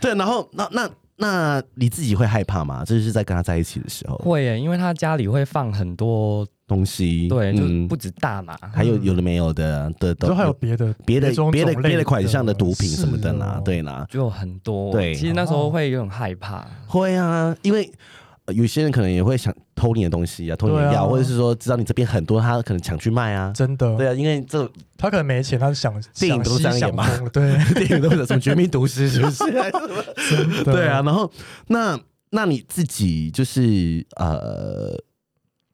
B: 对，然后那那那你自己会害怕吗？这就是在跟他在一起的时候，
C: 会耶、欸因为他家里会放很多，
B: 东西
C: 对，就
B: 嗯
C: 不止嗯大麻，
B: 还有有的没有的的
A: 就
B: 都
A: 还有别的
B: 别的
A: 种
B: 别的
A: 种类
B: 别的款项的毒品什么的
A: 是
B: 啦
A: 哦，
B: 对啦，
C: 就很多。
B: 对
C: 其实那时候会有点害怕。
B: 会啊，因为。呃有些人可能也会想偷你的东西啊，偷你的
A: 对啊
B: 药，或者是说知道你这边很多，他可能抢去卖啊。
A: 真的，
B: 对啊，因为这种
A: 他可能没钱，他是想
B: 电
A: 想
B: 影都是
A: 西
B: 这样
A: 想
B: 演嘛
A: 通了，对，
B: <laughs> 电影都是什么绝命毒师，是不是？
A: <laughs> 真的
B: 对啊，，然后那那你自己就是呃，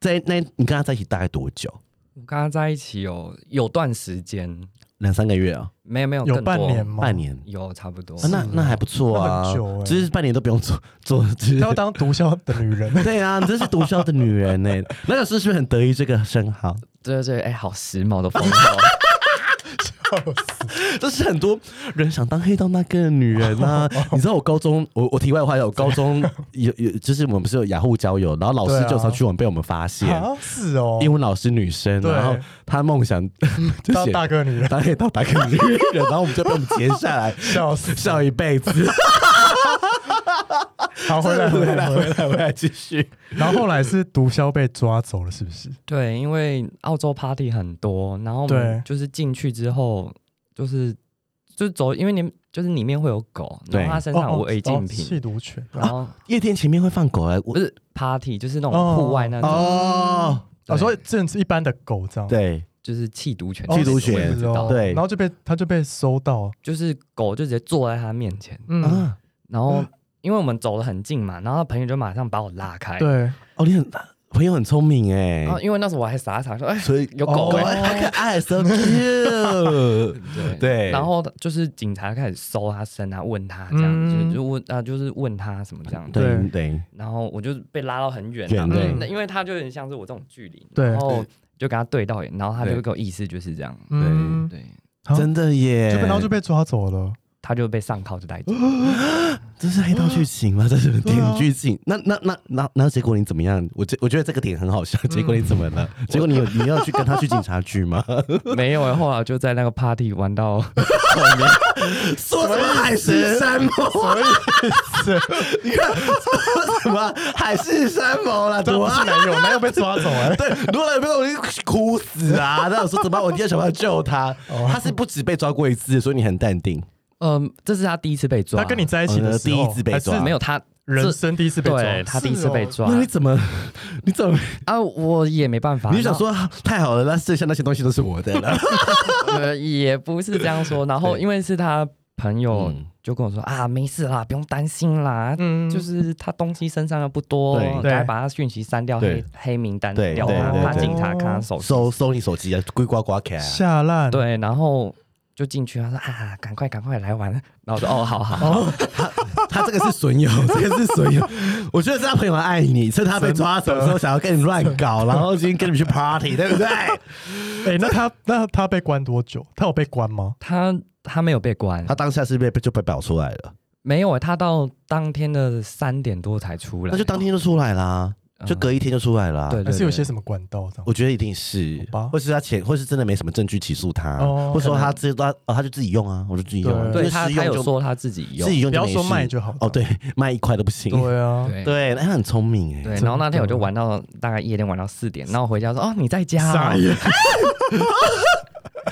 B: 在那你跟他在一起大概多久？
C: 我跟他在一起有有段时间，
B: 两三个月啊，
C: 没有没有
A: 有
C: 更多
A: 半年，吗？
B: 半年。
C: 有差不多
B: 啊、。那那还不错
A: 哦那
B: 啊
A: 很久，欸
B: 只是半年都不用做做，只
A: 她要当毒枭的女
B: <laughs>
A: 人，
B: 对啊，你真是毒枭的女人呢、欸 <laughs> 那个时候是不是很得意这个称号？
C: 对对对，哎、好时髦的风头，
B: <laughs> 这是很多人想当黑道那个女人啊。 <laughs> 你知道我高中，我我题外话有高中 <laughs> 有有，就是我们不是有雅虎交友，然后老师
A: 对啊
B: 就常去我们被我们发现，
A: 啊，是哦，
B: 英文老师女生，
A: 对
B: 然后她梦想 <laughs> 就
A: 当
B: 写
A: 大哥女人，
B: 当黑道打个女 <laughs> 人，然后我们就被我们截下 <laughs> 来
A: 笑死，
B: 笑一辈子。
A: 好回来回
B: <laughs> 回
A: 来
B: 来
A: 回来
B: 啊回。来回来继续。
A: 然后后来是毒枭被抓走了，是不是？
C: 对，因为澳洲 party 很多，然后我
A: 对
C: 们就是进去之后，就是就是走，因为你就是里面会有狗，然
B: 对
C: 后他身上
A: 哦啊
C: 有违禁品，
A: 缉毒犬
C: 然后
B: 夜店前面会放狗来，啊
C: 不
B: 我
C: 是 party，就是那种户外那种，
B: 哦，
A: 哦，
C: 对
A: 所以正是一般的狗这样，
B: 对，
C: 就是弃毒犬，
A: 哦，
B: 缉毒
A: 是
B: 犬
C: 我不知道
A: 哦
B: 对
A: 然后就被他就被搜到，
C: 就是狗就直接坐在他面前，
A: 嗯，
B: 啊，
C: 然后因为我们走得很近嘛，然后他朋友就马上把我拉开，，
A: 对，
B: 哦，你很朋友很聪明哎
C: 然，后因为那时候我还傻傻说，哎、
B: 所以
C: 有狗
A: 哦
C: 哎、
B: 好可爱
A: <laughs>
B: ，so cute。
C: 对
B: 对
C: 然后就是警察开始搜他身啊，问他这样，
A: 嗯
C: 就就问啊，就是问他什么这样。
A: 对
B: 对对，
C: 然后我就被拉到很远、
B: 远
C: 啊，
A: 对
C: 那因为他就有点像是我这种距离，
A: 对
C: 然后就跟他对到眼，然后他就
B: 对
C: 会给我意思就是这样，
A: 嗯，
C: 对，
A: 啊
B: 真的耶！
A: 就被然后就被抓走
B: <laughs>
A: 了，
C: 他就被上铐就带
A: <laughs>
C: 走。
B: 这是黑道剧情吗？这是
A: 对
B: 电影
A: 啊
B: 剧情？那那那那那结果你怎么样？我这我觉得这个点很好
C: 嗯
B: 笑。结果你怎么了？结果你有你要去跟他去警察局
A: <laughs>
B: 吗？
C: 没有、欸，后来就在那个 party 玩到
B: 说什么海誓山盟？你看说什么海誓山盟了？
A: 这
B: 怎
A: 不
B: 么
A: 是男友，男友被抓走了，
B: <laughs> 对，如果有朋友我就哭死啊！那我说怎么办？我一定要想办法救他。
A: 哦
B: 他是不止被抓过一次，所以你很淡定。
C: 嗯、这是他第一次被抓，
A: 他跟你在一起的时
B: 哦
A: 候
B: 第一次被
A: 还
B: 抓
A: 是
C: 没有他
A: 人
C: 这
A: 生第一次被抓，
C: 对他第一次被
A: 是哦
C: 抓、
B: 那你怎么？你怎么？
C: 啊，我也没办法。
B: 你就想
C: 然
B: 说
C: 后
B: 太好了，那剩下那些东西都是我的了。
C: 呃，也不是这
B: <laughs>
C: 样说。然后
B: 对
C: 因为是他朋友
B: 嗯
C: 就跟我说、啊，没事啦，不用担心啦，
A: 嗯
C: 就是他东西身上又不多，
B: 对
C: 赶
A: 对
C: 快把他讯息删掉，
B: 对
C: 黑黑名单
B: 对
C: 掉
B: 对
C: 他，
B: 对
C: 怕
B: 对
C: 警
A: 哦
C: 察看他手机。
B: 收收你手机啊，龟呱呱开啊。
A: 下烂，，
C: 对，然后就进去，他说啊，赶快赶快来玩。然后我说哦，好好好，
B: 他这个是损友，这个是损友。我觉得是他朋友爱你，趁他被抓走的时候想要跟你乱搞，然后今天跟你们去 party，对不对？
A: 哎，那
C: <laughs>
A: 他那他被关多久？他有被关吗？
C: <laughs> 他他没有被关
B: 他，当下是被就被表出来了，
C: 没有欸，他到当天的三点多才出来，
B: 那就当天就出来啦，
C: 嗯
B: 就隔一天就出来啦。
C: 对，对
A: 还是有些
C: 对
A: 什么管道这样？
B: 我觉得一定是
A: 好吧，
B: 或是他前，或是真的没什么证据起诉他，
A: 哦
B: 或者说他自他哦，他就自己用啊，我就自己用啊，
A: 对
C: 对
B: 因为
C: 他
B: 私用
C: 他有
B: 就
C: 说他自己有
B: 自己用
A: 不
B: 就
A: 要
B: 没
A: 说
B: 事
A: 卖就好
B: 哦，对，卖一块都不行，
A: 对啊，
C: 对
B: 对，那他很聪明哎，
C: 对，
A: 真
C: 然后那天我就
A: 的
C: 玩到大概夜店玩到四点，然后回家说哦你在家、啊，
A: 傻眼，
C: 哦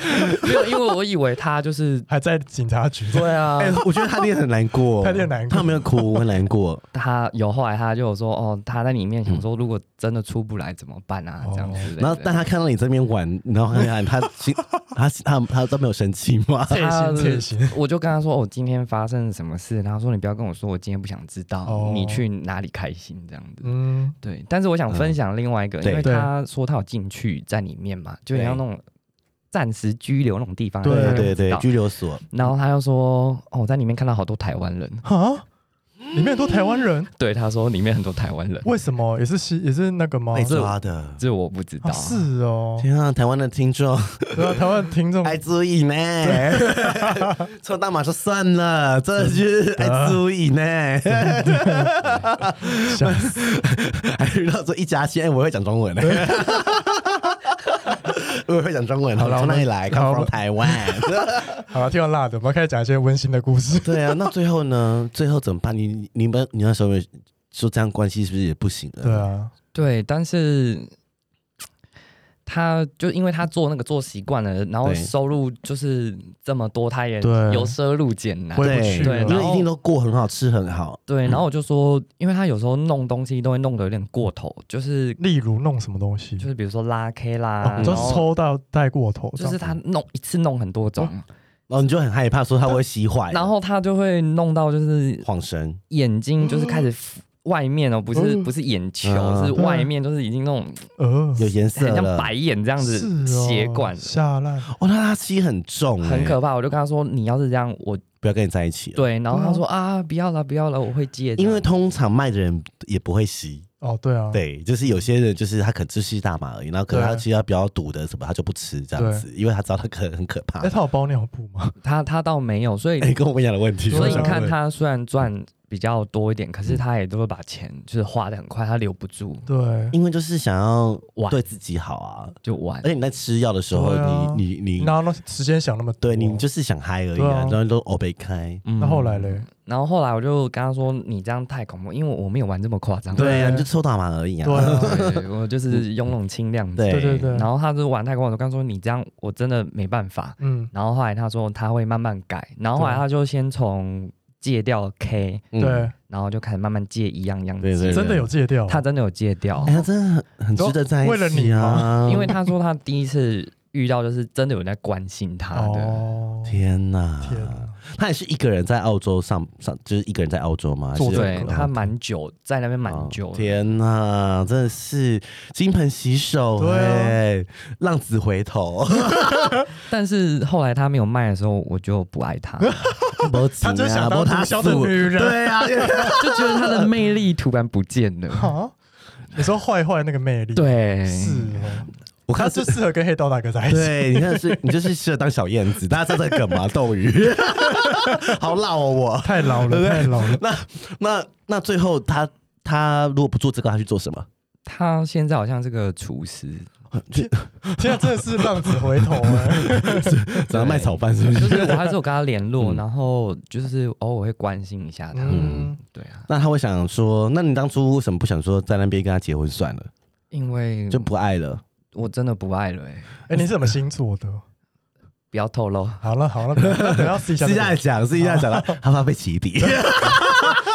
C: <laughs> 没有，因为我以为
A: <laughs>
C: 他就是
A: 还在警察
C: <laughs>
A: 局。
C: 对啊，
B: 哎、我觉得他一定很难过，
A: 他一定很难过
B: 他有没有哭，我很难过。
C: 他有后来他就有说哦，他在里面想说，如果真的出不来怎么办啊？这样子。
B: 然后，但他看到你这边玩，然后很喊他心，他他他都没有生气吗？
A: 切心切心，
C: 我就跟他说，我、哦今天发生什么事，然后说你不要跟我说，我今天不想知道、
A: 哦
C: 你去哪里开心这样子。
A: 嗯，
C: 对，但是我想分享另外一个，
B: 对
C: 因为
A: 对
C: 他说他有进去在里面嘛，就你要那种暂时拘留那种地方，
A: 对
C: 让
B: 对
C: 他
B: 对
C: 知
B: 对
C: 道，
B: 拘留所，
C: 然后他又说，哦，我在里面看到好多台湾人，
A: 啊，里面很多台湾人，
C: 对，他说里面很多台湾人，
A: 为什么也是西也是那个吗？
B: 被抓的。
C: 这我不知
A: 啊，
C: 道啊，
A: 是
B: <laughs>
A: 哦，
B: 天啊，台湾的听众
A: 对啊，台湾听众
B: 爱注意呢，抽大麻就算了，真的就是爱注意呢。
A: 想死
B: 还遇到说一家亲，哎我会讲中文，我会讲中文，
A: 好
B: 好
A: 了
B: 从哪里来？Come
A: 好
B: from 台湾。
A: 好了，听完辣的，我们要开始讲一些温馨的故事。
B: <laughs> 对啊，那最后呢？最后怎么办？你你们你那时候说这样关系是不是也不行了？
A: 对，啊，
C: 对，但是他就因为他做那个做习惯了，然后
B: 对
C: 收入就是这么多，他也
A: 对
C: 由奢入俭难。
A: 回不
B: 对
A: 去了，
B: 因
C: 然
B: 为
C: 后
B: 一定都过很好，吃很好。
C: 对，然后我就说，因为他有时候弄东西都会弄得有点过头，就是
A: 例如弄什么东西
C: 就，是比如说拉 K
A: 哦
C: 啦，
A: 你
C: 然
A: 说
C: 后
A: 抽到带过头这
C: 就
A: 样，
C: 是他弄一次弄很多种，
B: 然后你就很害怕，说他会吸
A: 哎
B: 坏，
C: 然后他就会弄到就是
B: 晃神，
C: 眼睛就是开始浮。外面哦，不是
A: 嗯
C: 不是眼球，
B: 嗯
C: 是
A: 对
C: 外面，就是已经那种
A: 呃，
B: 有颜色
C: 很像
B: 了。
C: 白眼这样子
A: 是哦
C: 血管，
A: 下烂，
B: 哦，那他吸很重、
C: 很
B: 欸
C: 可怕。我就跟他说，你要是这样，我
B: 不要跟你在一起了。
C: 对，然后他说啊，不要了，不要了，我会戒的。
B: 因为通常卖的人也不会吸，
A: 哦，对啊，
B: 对，就是有些人就是他可能只吸大麻而已，然后可能他
A: 对啊
B: 其实他比较赌的什么，他就不吃这样子，因为他知道他可能很可怕
A: 哎，。他有包尿布吗？
C: 他他倒没有，所
B: <laughs>
C: 以
B: 哎、跟我们一样的问题，
C: 所以
A: 我
C: 你
A: 想
C: 看
B: 问，
C: 他虽然赚比较多一点，可是他也都会把钱就是花的很快，他留不住
A: 对，
B: 因为就是想要
C: 玩
B: 对自己好啊，
C: 就玩
B: 而。且你在吃药的时候，
A: 对啊
B: 你你你，
A: 哪有时间想那么多？
B: 对你就是想嗨而已
A: 对
B: 啊
A: 啊，
B: 然后都欧被开。
C: 嗯
A: 那后来嘞？
C: 然后后来我就跟他说：“你这样太恐怖，因为我没有玩这么夸张。”
B: 对啊，你就抽大麻而已
A: 对
B: 啊。
A: 啊，
C: 对，我就是用那种轻量级。
B: 对
A: 对对对，
C: 然后他就玩太夸张，我刚说你这样我真的没办法。
A: 嗯，
C: 然后后来他说他会慢慢改，然后后来
A: 对
C: 他就先从戒掉 K，
B: 嗯
A: 对，哦
C: 然后就开始慢慢戒一样一样
B: 对对
C: 戒
B: 对
A: 真的有戒掉，
C: 他真的有戒掉
B: 哎、，呀，真的很很值得在一起啊！
A: 为了你吗
C: 因为他说他第一次遇到就是真的有人在关心他的，
A: 哦，
B: 天哪，
A: 天哪
B: 他也是一个人在澳洲上上，就是一个人在澳洲吗？
A: 做
B: 还是
C: 对
B: 有
C: 他蛮久在那边蛮
B: 哦
C: 久的，
B: 天哪，真的是金盆洗手
A: 对啊
B: 哎、浪子
A: <laughs>
B: 回头，
C: 但是后来他没有卖的时候，我就不爱他，
B: <laughs>
C: 就
B: 没钱
A: 他
B: 啊
A: 就想当毒枭的女人
B: 没他对
C: <laughs>
B: 啊，因为
C: 觉得他的魅力突然
B: <laughs>
C: 不见
B: 哦
C: 了。
A: 啊，你说坏坏那个魅力，，
C: 对，
A: 是哦，
B: 我
A: 他
B: 看。
A: 就是 <laughs> 适合跟黑道大哥在一起，
B: 对，你看是，你就是适合当小燕子，大家知道这个梗吗？斗鱼， <laughs> 好老哦我。
A: 太老了，
B: 对不对
A: 太老了，
B: 那那那最后他他如果不做这个，他去做 <laughs> 什么？
C: 他现在好像是个厨师，
A: 现在真的是浪子回头 <laughs> 哎，
B: 只要卖炒饭
C: <laughs>
B: 是不？
C: 就是是我还是有跟他联络，
B: 嗯
C: 然后就是偶尔会关心一下他。
A: 嗯，
C: 对啊，
B: <laughs> 那他会想说，那你当初为什么不想说在那边跟他结婚算了，
C: 因为
B: 就
C: 就
B: 不爱了？
C: 我真的不爱了、欸，
A: 哎，你是什么星座的？
C: 不要透露。
A: 好了 <laughs> 好了，等下等下私下
B: 私下
A: 再
B: 讲，私下讲， <laughs> 他怕被起 <laughs> 底，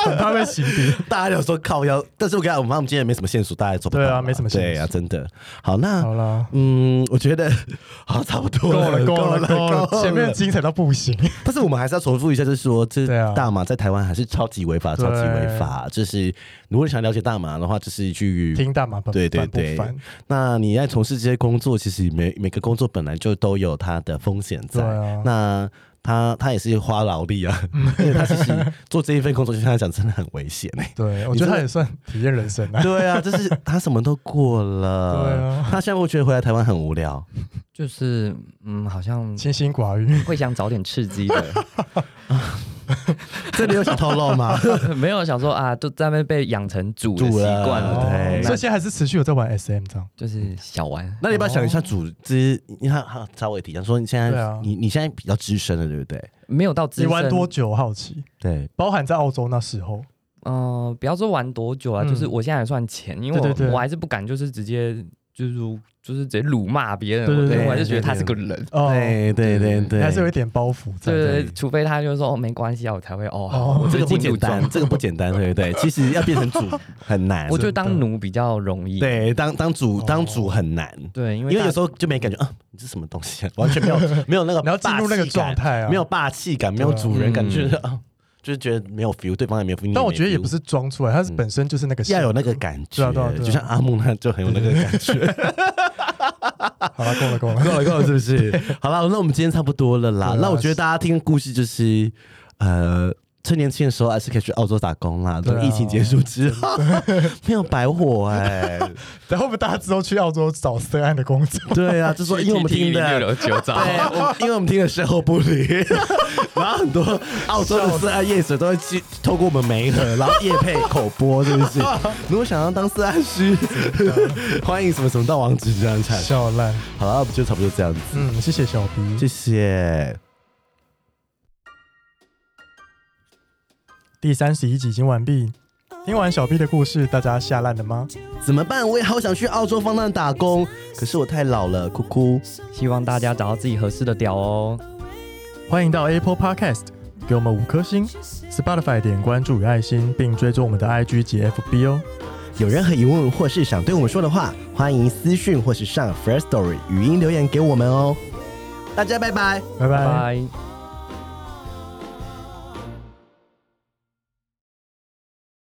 A: 很怕被洗底，
B: 大家就说靠腰。但是我跟他我们我们今天也没什么线索，大家也做不到嘛
A: 对啊没什么线索
B: 对啊，真的。好，那
A: 好啦，
B: 嗯，我觉得 <laughs> 好差不多
A: 够了
B: 够
A: 够了
B: 了
A: 够了，前面精彩到不 <laughs> 行，
B: 但是我们还是要重复一下，就是说，这
A: 对啊
B: 大麻在台湾还是超级违法，
A: 对
B: 超级违法。就是如果你想了解大麻的话，就是去
A: 听大马本
B: 对对
A: 烦不
B: 对
A: 烦？
B: 那你在从事这些工作，其实每每个工作本来就都有它的风险
A: 对
B: 在。
A: 啊，
B: 那他他也是花劳力
A: <laughs>
B: 啊，而且他其实做这一份工作，就像他讲，真的很危险哎、
A: 对，我
B: 你
A: 觉得他
B: 真的
A: 也算体验人生啊，
B: 对啊，就是他什么都过了。
A: 对啊
B: 他现在会觉得回来台湾很无聊。
C: 就是嗯，好像
A: 清心寡欲，
C: 会想找点刺激 <laughs> 的，
B: 这里有想透
A: <laughs>
B: 露吗？
A: 哦
C: 没有想说啊，就在那边被养成主的
B: 主
C: 习
B: 了
C: 惯了，
B: 对
A: 哦所以现在还是持续有在玩 SM 这样，
C: 就是小玩。
B: 那你要不要想一下组织？你看，他稍微提讲说，你现
A: 对
B: 在、
A: 啊
B: 你你现在比较资深了，对不对？
C: 没有到资
A: 你
C: 深
A: 玩多久？好奇，
B: 对，
A: 包含在澳洲那时候，
C: 嗯、不要说玩多久啊，
A: 嗯
C: 就是我现在还算浅，因为我
A: 对对对
C: 我还是不敢，就是直接就是如就是直接辱骂别人，
A: 对对
C: 我
A: 对
C: 我还是
B: 对
C: 觉得他
B: 对
C: 是个人。
A: 哦，
B: 对对对对，
A: 还是有一点包袱在。
C: 对对
B: 对
C: 对，除非他就说哦没关系啊，我才会
A: 哦
C: 哦，好我
B: 这个
C: 就
B: 不
C: 进
B: 简
C: 入
B: 单，
C: 状
B: 这个不简单，对不对？其实要变成主
A: <laughs>
B: 很难，
C: 我觉得当奴比较容易。
B: 对当当
A: 哦
B: 主当主很难，
C: 对，因为
B: 因为
C: 大
B: 有时候就没感觉啊，你这什么东
A: <laughs>
B: 西啊，完全没有没有那个
A: 你要进入那个
B: 霸气
A: 状
B: 感
A: 态啊
B: 没有霸气感，没有主人感，
C: 嗯
B: 就是啊，就是觉得没有 feel，对方也没有 feel，
A: 但我觉得也不
B: 是
A: 是装出来，他是本身就是那个
B: 要有那
A: 个。
B: 个感
A: 对
B: 觉
A: 啊对啊对，啊
B: 就像阿木那就很有那个感觉，
A: 啊好了，够了够了。
B: 够了够了，是不
C: <laughs>
B: 是？好了，那我们今天差不多了啦
A: 对。啊
B: 那我觉得大家听故事就是呃。趁年轻的时候还是可以去澳洲打工啦，
A: 对
B: 等
A: 啊
B: 疫情结束之
C: <laughs>
B: 后，没有白活哎、
A: <laughs> 然后我们大家之后去澳洲找涉案的工作，
B: 对啊，就说因为我们听的
C: 六
B: <laughs>
C: 九招，
B: 对，我因为我们听的售后不
C: <laughs>
B: 理，然后很多澳洲的色案业者都会去透过我们媒合，然后业配口播，是
C: <laughs>
B: 不是？如果想要当色案师， <laughs> 欢迎什么什么到网址这样产。
A: 笑烂。
B: 好了，就差不多这样子，
A: 嗯，谢谢小 B。
B: 谢谢。
A: 第三十一集已经完毕。听完小 B 的故事，大家吓烂了吗？
B: 怎么办？我也好想去澳洲放浪打工，可是我太老了，哭哭。
C: 希望大家找到自己合适的屌哦。
A: 欢迎到 Apple Podcast 给我们五颗星，Spotify 点关注与爱心，并追踪我们的 IG 及 FB 哦。
B: 有任何疑问或是想对我们说的话，欢迎私讯或是上 First Story 语音留言给我们哦。大家拜拜。
A: 拜
C: 拜
A: 拜。
C: 拜。